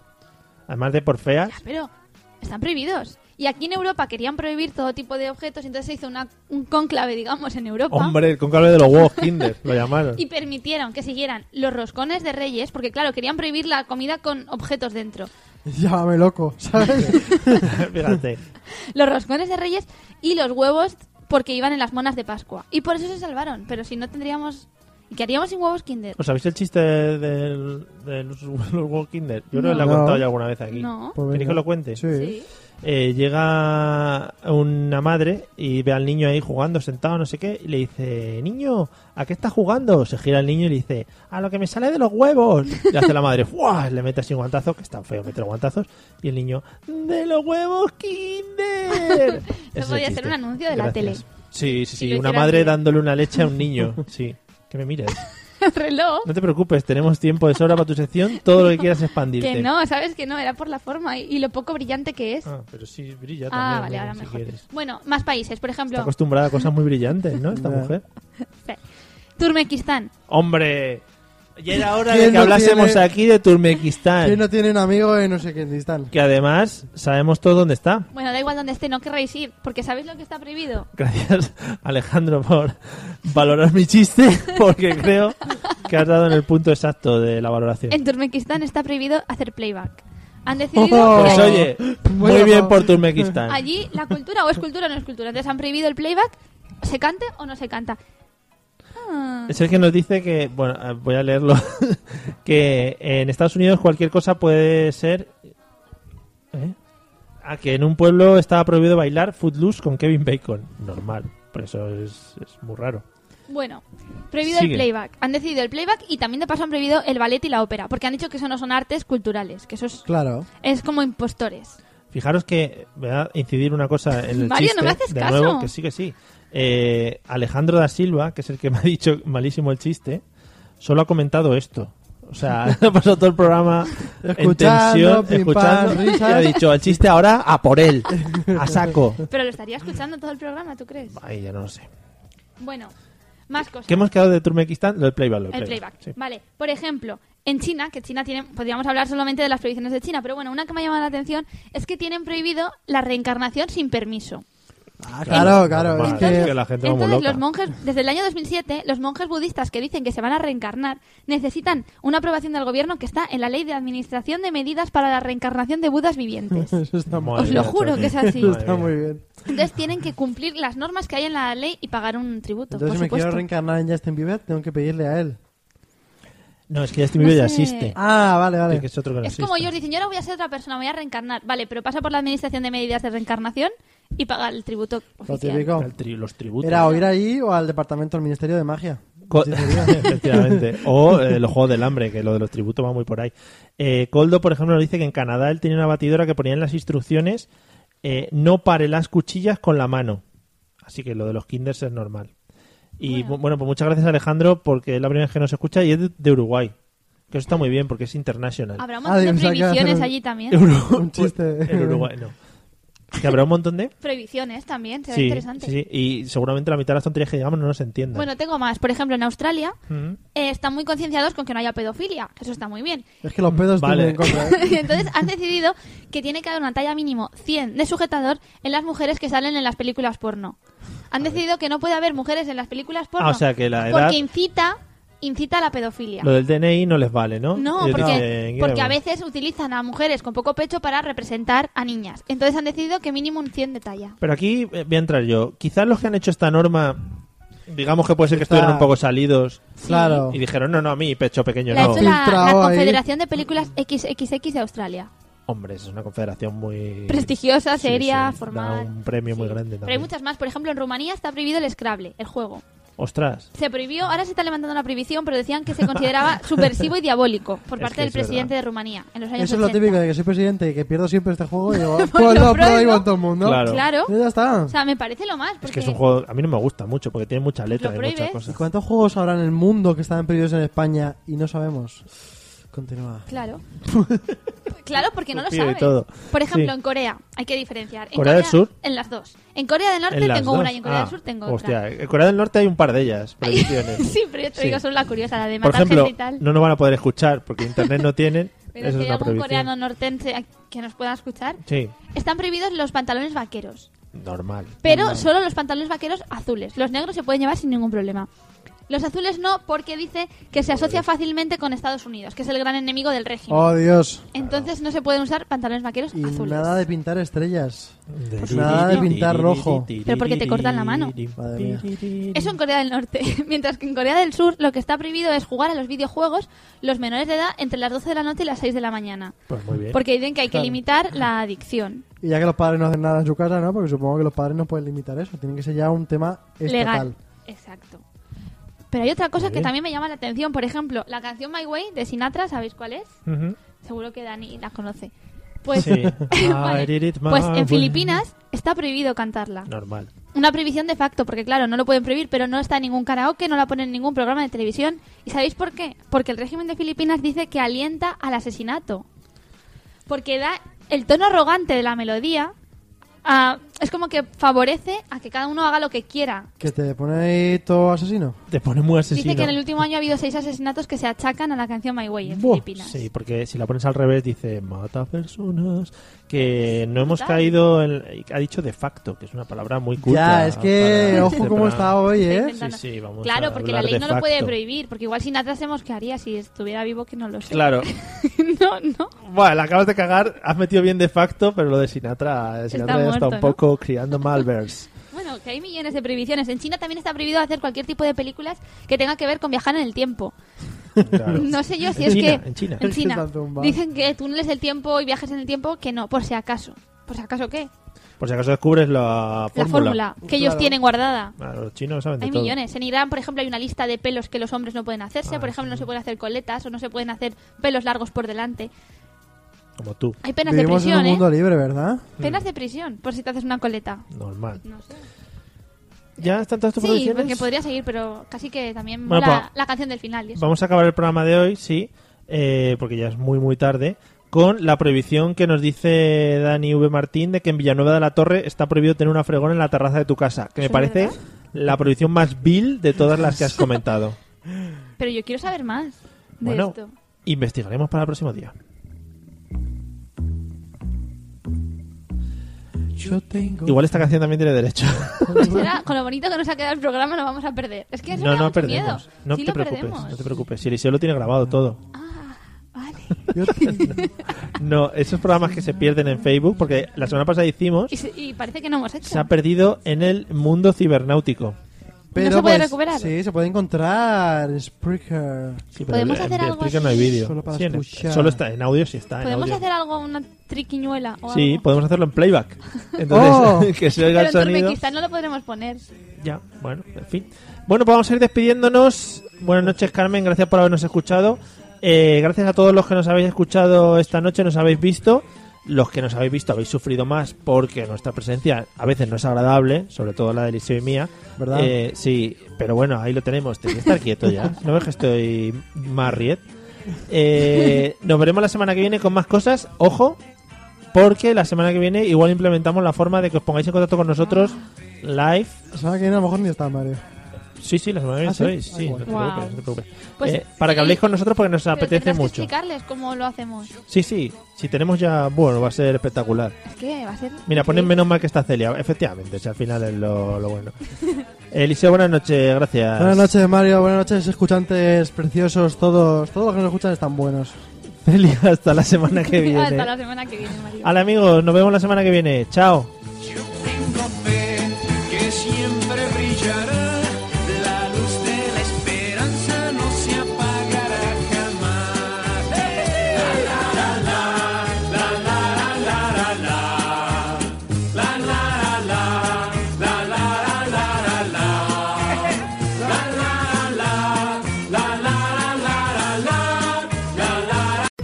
Speaker 1: Además de por feas.
Speaker 3: ah, pero están prohibidos. Y aquí en Europa querían prohibir todo tipo de objetos, entonces se hizo una- un conclave, digamos, en Europa.
Speaker 1: Hombre, el concable de los huevos Kinder, lo llamaron.
Speaker 3: Y permitieron que siguieran los roscones de reyes, porque claro, querían prohibir la comida con objetos dentro.
Speaker 2: Llámame loco, ¿sabes?
Speaker 1: Fíjate.
Speaker 3: Los roscones de reyes y los huevos porque iban en las monas de Pascua. Y por eso se salvaron, pero si no tendríamos... ¿Y qué haríamos sin huevos Kinder?
Speaker 1: ¿Os sabéis el chiste del- de los, los huevos Kinder? Yo creo que lo he
Speaker 2: No.
Speaker 1: contado ya alguna vez aquí.
Speaker 3: No.
Speaker 2: Pues
Speaker 1: ¿Queréis
Speaker 2: venga.
Speaker 1: que lo cuente?
Speaker 2: Sí.
Speaker 1: Eh, llega una madre y ve al niño ahí jugando, sentado, no sé qué, y le dice, niño, ¿a qué estás jugando? Se gira el niño y le dice, a lo que me sale de los huevos. Le hace la madre, ¡fuah! Le mete así un guantazo, que es tan feo meter guantazos, y el niño, ¡de los huevos, Kinder! Ese es el
Speaker 3: podría
Speaker 1: chiste.
Speaker 3: ser un anuncio de la tele.
Speaker 1: Sí, sí,
Speaker 3: Si
Speaker 1: sí,
Speaker 3: lo
Speaker 1: una
Speaker 3: hicieran
Speaker 1: madre
Speaker 3: bien.
Speaker 1: dándole una leche a un niño, sí. Que me mires.
Speaker 3: reloj.
Speaker 1: No te preocupes, tenemos tiempo de sobra para tu sección, todo lo que quieras expandirte.
Speaker 3: Que no, sabes que no, era por la forma y, y lo poco brillante que es. Ah,
Speaker 1: Ah, pero sí brilla también,
Speaker 3: vale,
Speaker 1: ¿no?
Speaker 3: ahora
Speaker 1: si
Speaker 3: mejor.
Speaker 1: quieres.
Speaker 3: Bueno, más países, por
Speaker 1: Está
Speaker 3: ejemplo,
Speaker 1: acostumbrada a cosas muy brillantes, ¿no? Esta
Speaker 2: Ya.
Speaker 1: mujer.
Speaker 3: Turmekistán.
Speaker 1: ¡Hombre! Ya era hora
Speaker 2: ¿Quién
Speaker 1: de que
Speaker 2: no
Speaker 1: hablásemos
Speaker 2: tiene-
Speaker 1: aquí de Turmekistán.
Speaker 2: ¿Quién no tiene un amigo en no sé qué distán?
Speaker 1: Que además sabemos todos dónde está.
Speaker 3: Bueno, da igual donde esté, no querréis ir, porque ¿sabéis lo que está prohibido?
Speaker 1: Gracias, Alejandro, por valorar mi chiste, porque creo que has dado en el punto exacto de la valoración.
Speaker 3: En Turmekistán está prohibido hacer playback. Han decidido...
Speaker 2: Oh.
Speaker 1: Pues oye,
Speaker 2: Bueno,
Speaker 1: muy bien
Speaker 2: no.
Speaker 1: por Turmekistán.
Speaker 3: Allí la cultura o es cultura o no es cultura. Entonces han prohibido el playback, se cante o no se canta. Ah,
Speaker 1: Eh, Sergio nos dice que, bueno, eh, voy a leerlo, que en Estados Unidos cualquier cosa puede ser... ¿Eh? Ah, que en un pueblo estaba prohibido bailar Footloose con Kevin Bacon. Normal, por eso es, es muy raro.
Speaker 3: bueno, prohibido
Speaker 1: Sigue.
Speaker 3: el playback. Han decidido el playback y también de paso han prohibido el ballet y la ópera, porque han dicho que eso no son artes culturales, que eso es,
Speaker 2: Claro.
Speaker 3: es como impostores.
Speaker 1: Fijaros que voy a incidir una cosa en el
Speaker 3: Mario,
Speaker 1: chiste.
Speaker 3: no me haces
Speaker 1: de
Speaker 3: caso.
Speaker 1: nuevo, que sí, que sí. Eh, Alejandro da Silva, que es el que me ha dicho malísimo el chiste, solo ha comentado esto. O sea, ha pasado todo el programa
Speaker 2: Escuchando,
Speaker 1: en tensión,
Speaker 2: pim,
Speaker 1: escuchando,
Speaker 2: pam,
Speaker 1: y
Speaker 2: risas.
Speaker 1: ha dicho el chiste ahora a por él, a saco.
Speaker 3: Pero lo estaría escuchando todo el programa, ¿tú crees?
Speaker 1: Ay, ya no lo sé.
Speaker 3: Bueno, más cosas.
Speaker 1: ¿Qué hemos quedado de Turmekistán? Lo del playback. lo del
Speaker 3: El playback.
Speaker 1: sí.
Speaker 3: Vale, por ejemplo, en China, que China tiene, podríamos hablar solamente de las prohibiciones de China, pero bueno, una que me ha llamado la atención es que tienen prohibido la reencarnación sin permiso.
Speaker 2: Claro, claro.
Speaker 1: Ah,
Speaker 2: Es
Speaker 1: Normal,
Speaker 2: que-
Speaker 1: es que la gente va muy
Speaker 3: Entonces, los
Speaker 1: loca.
Speaker 3: monjes, desde el año 2007, los monjes budistas que dicen que se van a reencarnar necesitan una aprobación del gobierno que está en la Ley de Administración de Medidas para la Reencarnación de Budas Vivientes.
Speaker 2: Eso está muy
Speaker 1: Madre
Speaker 3: Os lo
Speaker 1: mía,
Speaker 3: juro
Speaker 1: Tony.
Speaker 3: que es así.
Speaker 2: Eso
Speaker 1: Madre
Speaker 2: está
Speaker 1: mía.
Speaker 2: muy bien.
Speaker 3: Entonces, tienen que cumplir las normas que hay en la ley y pagar un tributo.
Speaker 2: Entonces, si
Speaker 3: por
Speaker 2: me quiero
Speaker 3: supuesto.
Speaker 2: reencarnar en Justin Bieber, tengo que pedirle a él.
Speaker 1: No, es que Justin Bieber
Speaker 3: No
Speaker 1: ya
Speaker 3: sé.
Speaker 1: existe.
Speaker 2: Ah, vale,
Speaker 1: Sí, que
Speaker 2: vale.
Speaker 1: es otro que no
Speaker 3: Es como
Speaker 1: existe.
Speaker 3: ellos dicen, yo ahora voy a ser otra persona, me voy a reencarnar. Vale, pero pasa por la administración de medidas de reencarnación y paga el tributo
Speaker 2: Lo
Speaker 3: oficial.
Speaker 2: típico.
Speaker 1: El tri- los tributos.
Speaker 2: Era o ir ahí o al departamento del Ministerio de Magia.
Speaker 1: Co-
Speaker 2: Sí, sería.
Speaker 1: Efectivamente. O eh, los juegos del hambre, que lo de los tributos va muy por ahí. Eh, Coldo, por ejemplo, nos dice que en Canadá él tenía una batidora que ponía en las instrucciones eh, no pare las cuchillas con la mano. Así que lo de los kinders es normal. Y bu-
Speaker 3: Bueno.
Speaker 1: bueno, pues muchas gracias Alejandro, porque es la primera vez que nos escucha y es de, de Uruguay. Que eso está muy bien, porque es internacional.
Speaker 3: Habrá un montón
Speaker 2: Ah,
Speaker 3: de
Speaker 2: digo, o sea, que
Speaker 3: prohibiciones
Speaker 2: hacer-
Speaker 3: allí también.
Speaker 1: Uru- pues,
Speaker 2: Un chiste.
Speaker 1: En Uruguay, no. Que habrá un montón de...
Speaker 3: Prohibiciones también, será
Speaker 1: Sí,
Speaker 3: interesante.
Speaker 1: sí, sí. Y seguramente la mitad de las tonterías que digamos no nos entiendan.
Speaker 3: Bueno, tengo más. Por ejemplo, en Australia
Speaker 1: Mm.
Speaker 3: eh, están muy concienciados con que no haya pedofilia, que eso está muy bien.
Speaker 2: Es que los pedos
Speaker 1: Vale.
Speaker 2: tienen en contra. ¿eh?
Speaker 3: Y Entonces han decidido que tiene que haber una talla mínimo 100 de sujetador en las mujeres que salen en las películas porno. Han decidido que no puede haber mujeres en las películas porno
Speaker 1: Ah, o sea que la edad-
Speaker 3: porque incita, incita a la pedofilia.
Speaker 1: Lo del DNI no les vale, ¿no?
Speaker 3: No,
Speaker 1: Ellos
Speaker 3: porque,
Speaker 1: dicen,
Speaker 3: porque a
Speaker 1: "Queremos".
Speaker 3: veces utilizan a mujeres con poco pecho para representar a niñas. Entonces han decidido que mínimo un 100 de talla.
Speaker 1: Pero aquí eh, voy a entrar yo. Quizás los que han hecho esta norma, digamos que puede ser que
Speaker 2: Está-
Speaker 1: estuvieran un poco salidos
Speaker 2: Claro.
Speaker 1: y dijeron, no, no, a mí, pecho pequeño,
Speaker 3: La ha
Speaker 1: no.
Speaker 3: hecho la,
Speaker 2: Filtrado
Speaker 3: la
Speaker 2: ahí.
Speaker 3: Confederación de Películas XXX de Australia.
Speaker 1: Hombre, eso es una confederación muy...
Speaker 3: Prestigiosa,
Speaker 1: Sí,
Speaker 3: seria,
Speaker 1: sí, da
Speaker 3: formal.
Speaker 1: un premio muy
Speaker 3: Sí.
Speaker 1: grande
Speaker 3: Pero hay
Speaker 1: también.
Speaker 3: muchas más. Por ejemplo, en Rumanía está prohibido el Scrabble, el juego.
Speaker 1: Ostras.
Speaker 3: Se prohibió, ahora se está levantando la prohibición, pero decían que se consideraba subversivo y diabólico por
Speaker 1: Es
Speaker 3: parte
Speaker 1: que
Speaker 3: del
Speaker 1: es verdad.
Speaker 3: presidente de Rumanía en los años
Speaker 2: Eso es lo
Speaker 3: 80.
Speaker 2: típico de que soy presidente y que pierdo siempre este juego y yo pues,
Speaker 3: Pues lo
Speaker 2: lo prohíbo
Speaker 3: prohíbo.
Speaker 2: a todo el mundo.
Speaker 1: Claro.
Speaker 3: Claro.
Speaker 2: Y ya está.
Speaker 3: O sea, me parece lo más. Porque
Speaker 1: Es que es un juego. A mí no me gusta mucho porque tiene mucha letra
Speaker 3: ¿Lo
Speaker 1: y muchas
Speaker 3: prohíbes?
Speaker 2: ¿Y
Speaker 1: cosas.
Speaker 2: cuántos juegos habrá en el mundo que están prohibidos en España y no sabemos? Continúa.
Speaker 3: Claro. claro, porque no lo
Speaker 1: Suspiro y
Speaker 3: sabes.
Speaker 1: todo.
Speaker 3: Por ejemplo,
Speaker 1: Sí.
Speaker 3: en Corea hay que diferenciar. En
Speaker 1: ¿Corea del Sur?
Speaker 3: En las dos. En Corea del Norte
Speaker 1: En las
Speaker 3: tengo
Speaker 1: dos.
Speaker 3: una y en Corea
Speaker 1: Ah,
Speaker 3: del Sur tengo
Speaker 1: Hostia, en Corea del Norte hay un par de ellas.
Speaker 3: otra.
Speaker 1: prohibiciones.
Speaker 3: sí, pero yo te
Speaker 1: Sí.
Speaker 3: digo solo la curiosa, la de
Speaker 1: Por
Speaker 3: matar
Speaker 1: ejemplo,
Speaker 3: gente y tal.
Speaker 1: no nos van a poder escuchar porque internet no tienen.
Speaker 3: pero
Speaker 1: Eso es
Speaker 3: si hay
Speaker 1: una
Speaker 3: algún
Speaker 1: prohibición.
Speaker 3: coreano nortense a- que nos pueda escuchar,
Speaker 1: Sí,
Speaker 3: están prohibidos los pantalones vaqueros.
Speaker 1: normal.
Speaker 3: Pero solo los pantalones vaqueros azules. Los negros se pueden llevar sin ningún problema. Los azules no, porque dice que se asocia fácilmente con Estados Unidos, que es el gran enemigo del régimen.
Speaker 2: Oh, Dios.
Speaker 3: Entonces no se pueden usar pantalones vaqueros
Speaker 2: Y
Speaker 3: azules.
Speaker 2: nada de pintar estrellas.
Speaker 1: Pues
Speaker 2: nada de pintar rojo.
Speaker 3: Pero porque te cortan la mano.
Speaker 2: Madre mía.
Speaker 3: Eso en Corea del Norte. Mientras que en Corea del Sur lo que está prohibido es jugar a los videojuegos los menores de edad entre las 12 de la noche y las 6 de la mañana.
Speaker 1: Pues muy bien.
Speaker 3: Porque dicen que hay que
Speaker 2: Claro.
Speaker 3: limitar la adicción.
Speaker 2: Y ya que los padres no hacen nada en su casa, ¿no? Porque supongo que los padres no pueden limitar eso. Tienen que ser ya un tema estatal.
Speaker 3: Legal. Exacto. Pero hay otra cosa
Speaker 1: Muy
Speaker 3: que
Speaker 1: bien.
Speaker 3: también me llama la atención. Por ejemplo, la canción My Way de Sinatra, ¿sabéis cuál es?
Speaker 1: Ujú.
Speaker 3: Seguro que Dani la conoce. Pues,
Speaker 1: Sí.
Speaker 3: Vale.
Speaker 1: I did it my
Speaker 3: pues en
Speaker 1: way.
Speaker 3: Filipinas está prohibido cantarla.
Speaker 1: Normal.
Speaker 3: Una prohibición de facto, porque claro, no lo pueden prohibir, pero no está en ningún karaoke, no la ponen en ningún programa de televisión. ¿Y sabéis por qué? Porque el régimen de Filipinas dice que alienta al asesinato. Porque da el tono arrogante de la melodía. a- es como que favorece a que cada uno haga lo que quiera.
Speaker 2: Que te pone ahí todo asesino.
Speaker 1: Te pone muy
Speaker 3: Dice
Speaker 1: asesino.
Speaker 3: que en el último año ha habido seis asesinatos que se achacan a la canción My Way en
Speaker 2: Buah,
Speaker 3: Filipinas.
Speaker 1: Sí, porque si la pones al revés dice mata personas que no hemos
Speaker 3: Total.
Speaker 1: caído en... ha dicho de facto que es una palabra muy culta.
Speaker 2: ya, es que
Speaker 1: para
Speaker 2: ojo
Speaker 1: este
Speaker 2: cómo
Speaker 1: programa.
Speaker 2: está hoy,
Speaker 3: Está
Speaker 2: ¿eh?
Speaker 3: inventando.
Speaker 1: Sí, sí, vamos a
Speaker 3: claro, porque la
Speaker 1: hablar de
Speaker 3: ley no lo puede
Speaker 1: facto.
Speaker 3: prohibir, porque igual Sinatra se mosquearía si estuviera vivo, que no lo sé.
Speaker 1: Claro.
Speaker 3: no, no.
Speaker 1: Bueno, la acabas de cagar, has metido bien de facto, pero lo de Sinatra, Sinatra ya está
Speaker 3: muerto,
Speaker 1: un
Speaker 3: ¿no?
Speaker 1: poco criando malvers.
Speaker 3: Bueno, que hay millones de prohibiciones. En China también está prohibido hacer cualquier tipo de películas que tenga que ver con viajar en el tiempo.
Speaker 1: Claro.
Speaker 3: No sé yo si
Speaker 1: En
Speaker 3: es
Speaker 1: China,
Speaker 3: que...
Speaker 1: en China.
Speaker 3: En
Speaker 2: Es que
Speaker 3: China.
Speaker 2: está tumbado.
Speaker 3: Dicen que túneles del tiempo y viajes en el tiempo, que no, por si acaso. ¿Por si acaso qué?
Speaker 1: Por si acaso descubres la
Speaker 3: La
Speaker 1: fórmula.
Speaker 3: fórmula que ellos
Speaker 2: Claro.
Speaker 3: tienen guardada.
Speaker 1: Ah, los chinos saben de
Speaker 3: Hay
Speaker 1: todo. Ah,
Speaker 3: millones. En Irán, por ejemplo, hay una lista de pelos que los hombres no pueden hacerse. Por ejemplo, no se pueden hacer coletas o no se pueden hacer pelos largos por delante.
Speaker 1: Como tú,
Speaker 3: Hay penas de
Speaker 2: Vivimos en un
Speaker 3: prisión, ¿eh?
Speaker 2: mundo libre, ¿verdad?
Speaker 3: Penas de prisión, por si te haces una coleta.
Speaker 1: normal.
Speaker 3: No sé.
Speaker 1: ¿Ya están todas tus
Speaker 3: Sí,
Speaker 1: prohibiciones?
Speaker 3: porque podría seguir, pero casi que también
Speaker 1: Bueno,
Speaker 3: mola
Speaker 1: pa-
Speaker 3: la canción del final. y eso.
Speaker 1: Vamos a acabar el programa de hoy, sí, eh, porque ya es muy, muy tarde, con la prohibición que nos dice Dani V. Martín de que en Villanueva de la Torre está prohibido tener una fregona en la terraza de tu casa, que me
Speaker 3: ¿Eso es
Speaker 1: parece
Speaker 3: verdad?
Speaker 1: la prohibición más vil de todas las que has comentado.
Speaker 3: Pero yo quiero saber más de
Speaker 1: bueno,
Speaker 3: esto.
Speaker 1: investigaremos para el próximo día.
Speaker 2: Yo tengo.
Speaker 1: Igual esta canción también tiene derecho.
Speaker 3: Será, con lo bonito que nos ha quedado el programa, lo vamos a perder. Es que eso
Speaker 1: no,
Speaker 3: me da
Speaker 1: no
Speaker 3: mucho
Speaker 1: perdemos.
Speaker 3: miedo.
Speaker 1: No
Speaker 3: Sí
Speaker 1: te
Speaker 3: lo
Speaker 1: preocupes,
Speaker 3: perdemos.
Speaker 1: no te preocupes. Si Eliseo lo tiene grabado todo.
Speaker 3: Vale.
Speaker 2: Yo tengo-
Speaker 1: No, esos programas que se pierden en Facebook, porque la semana pasada hicimos,
Speaker 3: Y, se- y parece que no hemos hecho.
Speaker 1: se ha perdido en el mundo cibernáutico.
Speaker 2: Pero,
Speaker 3: se puede
Speaker 2: pues,
Speaker 3: recuperar?
Speaker 2: Sí, se puede encontrar en Spreaker.
Speaker 1: Sí,
Speaker 3: ¿Podemos
Speaker 1: el-
Speaker 3: hacer
Speaker 1: el
Speaker 3: algo
Speaker 1: Spreaker no hay
Speaker 3: así?
Speaker 1: vídeo.
Speaker 2: Solo para
Speaker 1: Sí, en-
Speaker 2: escuchar.
Speaker 1: solo está en audio, sí está. en
Speaker 3: ¿Podemos
Speaker 1: audio.
Speaker 3: hacer algo, una triquiñuela o
Speaker 1: Sí,
Speaker 3: algo?
Speaker 1: podemos hacerlo en playback. Entonces,
Speaker 2: Oh.
Speaker 1: que se oiga
Speaker 3: Pero
Speaker 1: el
Speaker 3: en
Speaker 1: sonido.
Speaker 3: Turkmenistán no lo podremos poner.
Speaker 1: Ya, bueno, en fin. Bueno, pues vamos a ir despidiéndonos. Buenas noches, Carmen. Gracias por habernos escuchado. Eh, gracias a todos los que nos habéis escuchado esta noche, nos habéis visto. Los que nos habéis visto habéis sufrido más porque nuestra presencia a veces no es agradable, sobre todo la de Eliseo y mía.
Speaker 2: ¿Verdad?
Speaker 1: Eh, sí, pero bueno, ahí lo tenemos. Tenéis que estar quieto ya. No ves que estoy marriet. Eh, nos veremos la semana que viene con más cosas. Ojo, porque la semana que viene igual implementamos la forma de que os pongáis en contacto con nosotros live
Speaker 2: O sea, que a lo mejor ni está Mario.
Speaker 1: Sí, sí, la semana que viene
Speaker 2: ¿Ah, sí?
Speaker 1: sois, sí,
Speaker 2: Ah,
Speaker 1: no te
Speaker 3: guau.
Speaker 1: preocupes, no te preocupes.
Speaker 3: Pues
Speaker 1: Eh, para que
Speaker 3: sí.
Speaker 1: habléis con nosotros porque nos
Speaker 3: Pero
Speaker 1: apetece
Speaker 3: tendrás que
Speaker 1: mucho.
Speaker 3: explicarles cómo lo hacemos.
Speaker 1: Sí, sí, si tenemos ya, bueno, va a ser espectacular.
Speaker 3: Es que va a ser...
Speaker 1: Mira, ponen
Speaker 3: increíble.
Speaker 1: menos mal que está Celia, efectivamente, si al final es lo, lo bueno. Eliseo, buenas noches, gracias.
Speaker 2: Buenas noches, Mario. Buenas noches, escuchantes preciosos. Todos, todos los que nos escuchan están buenos.
Speaker 1: Celia, hasta la semana que viene.
Speaker 3: Hasta la semana que viene, María.
Speaker 1: Hola amigos, nos vemos la semana que viene. Chao.
Speaker 6: Yo tengo fe que siempre brillará, la luz de la esperanza no se apagará jamás. La la la la la la la la la la la la la la la la la la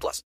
Speaker 7: plus.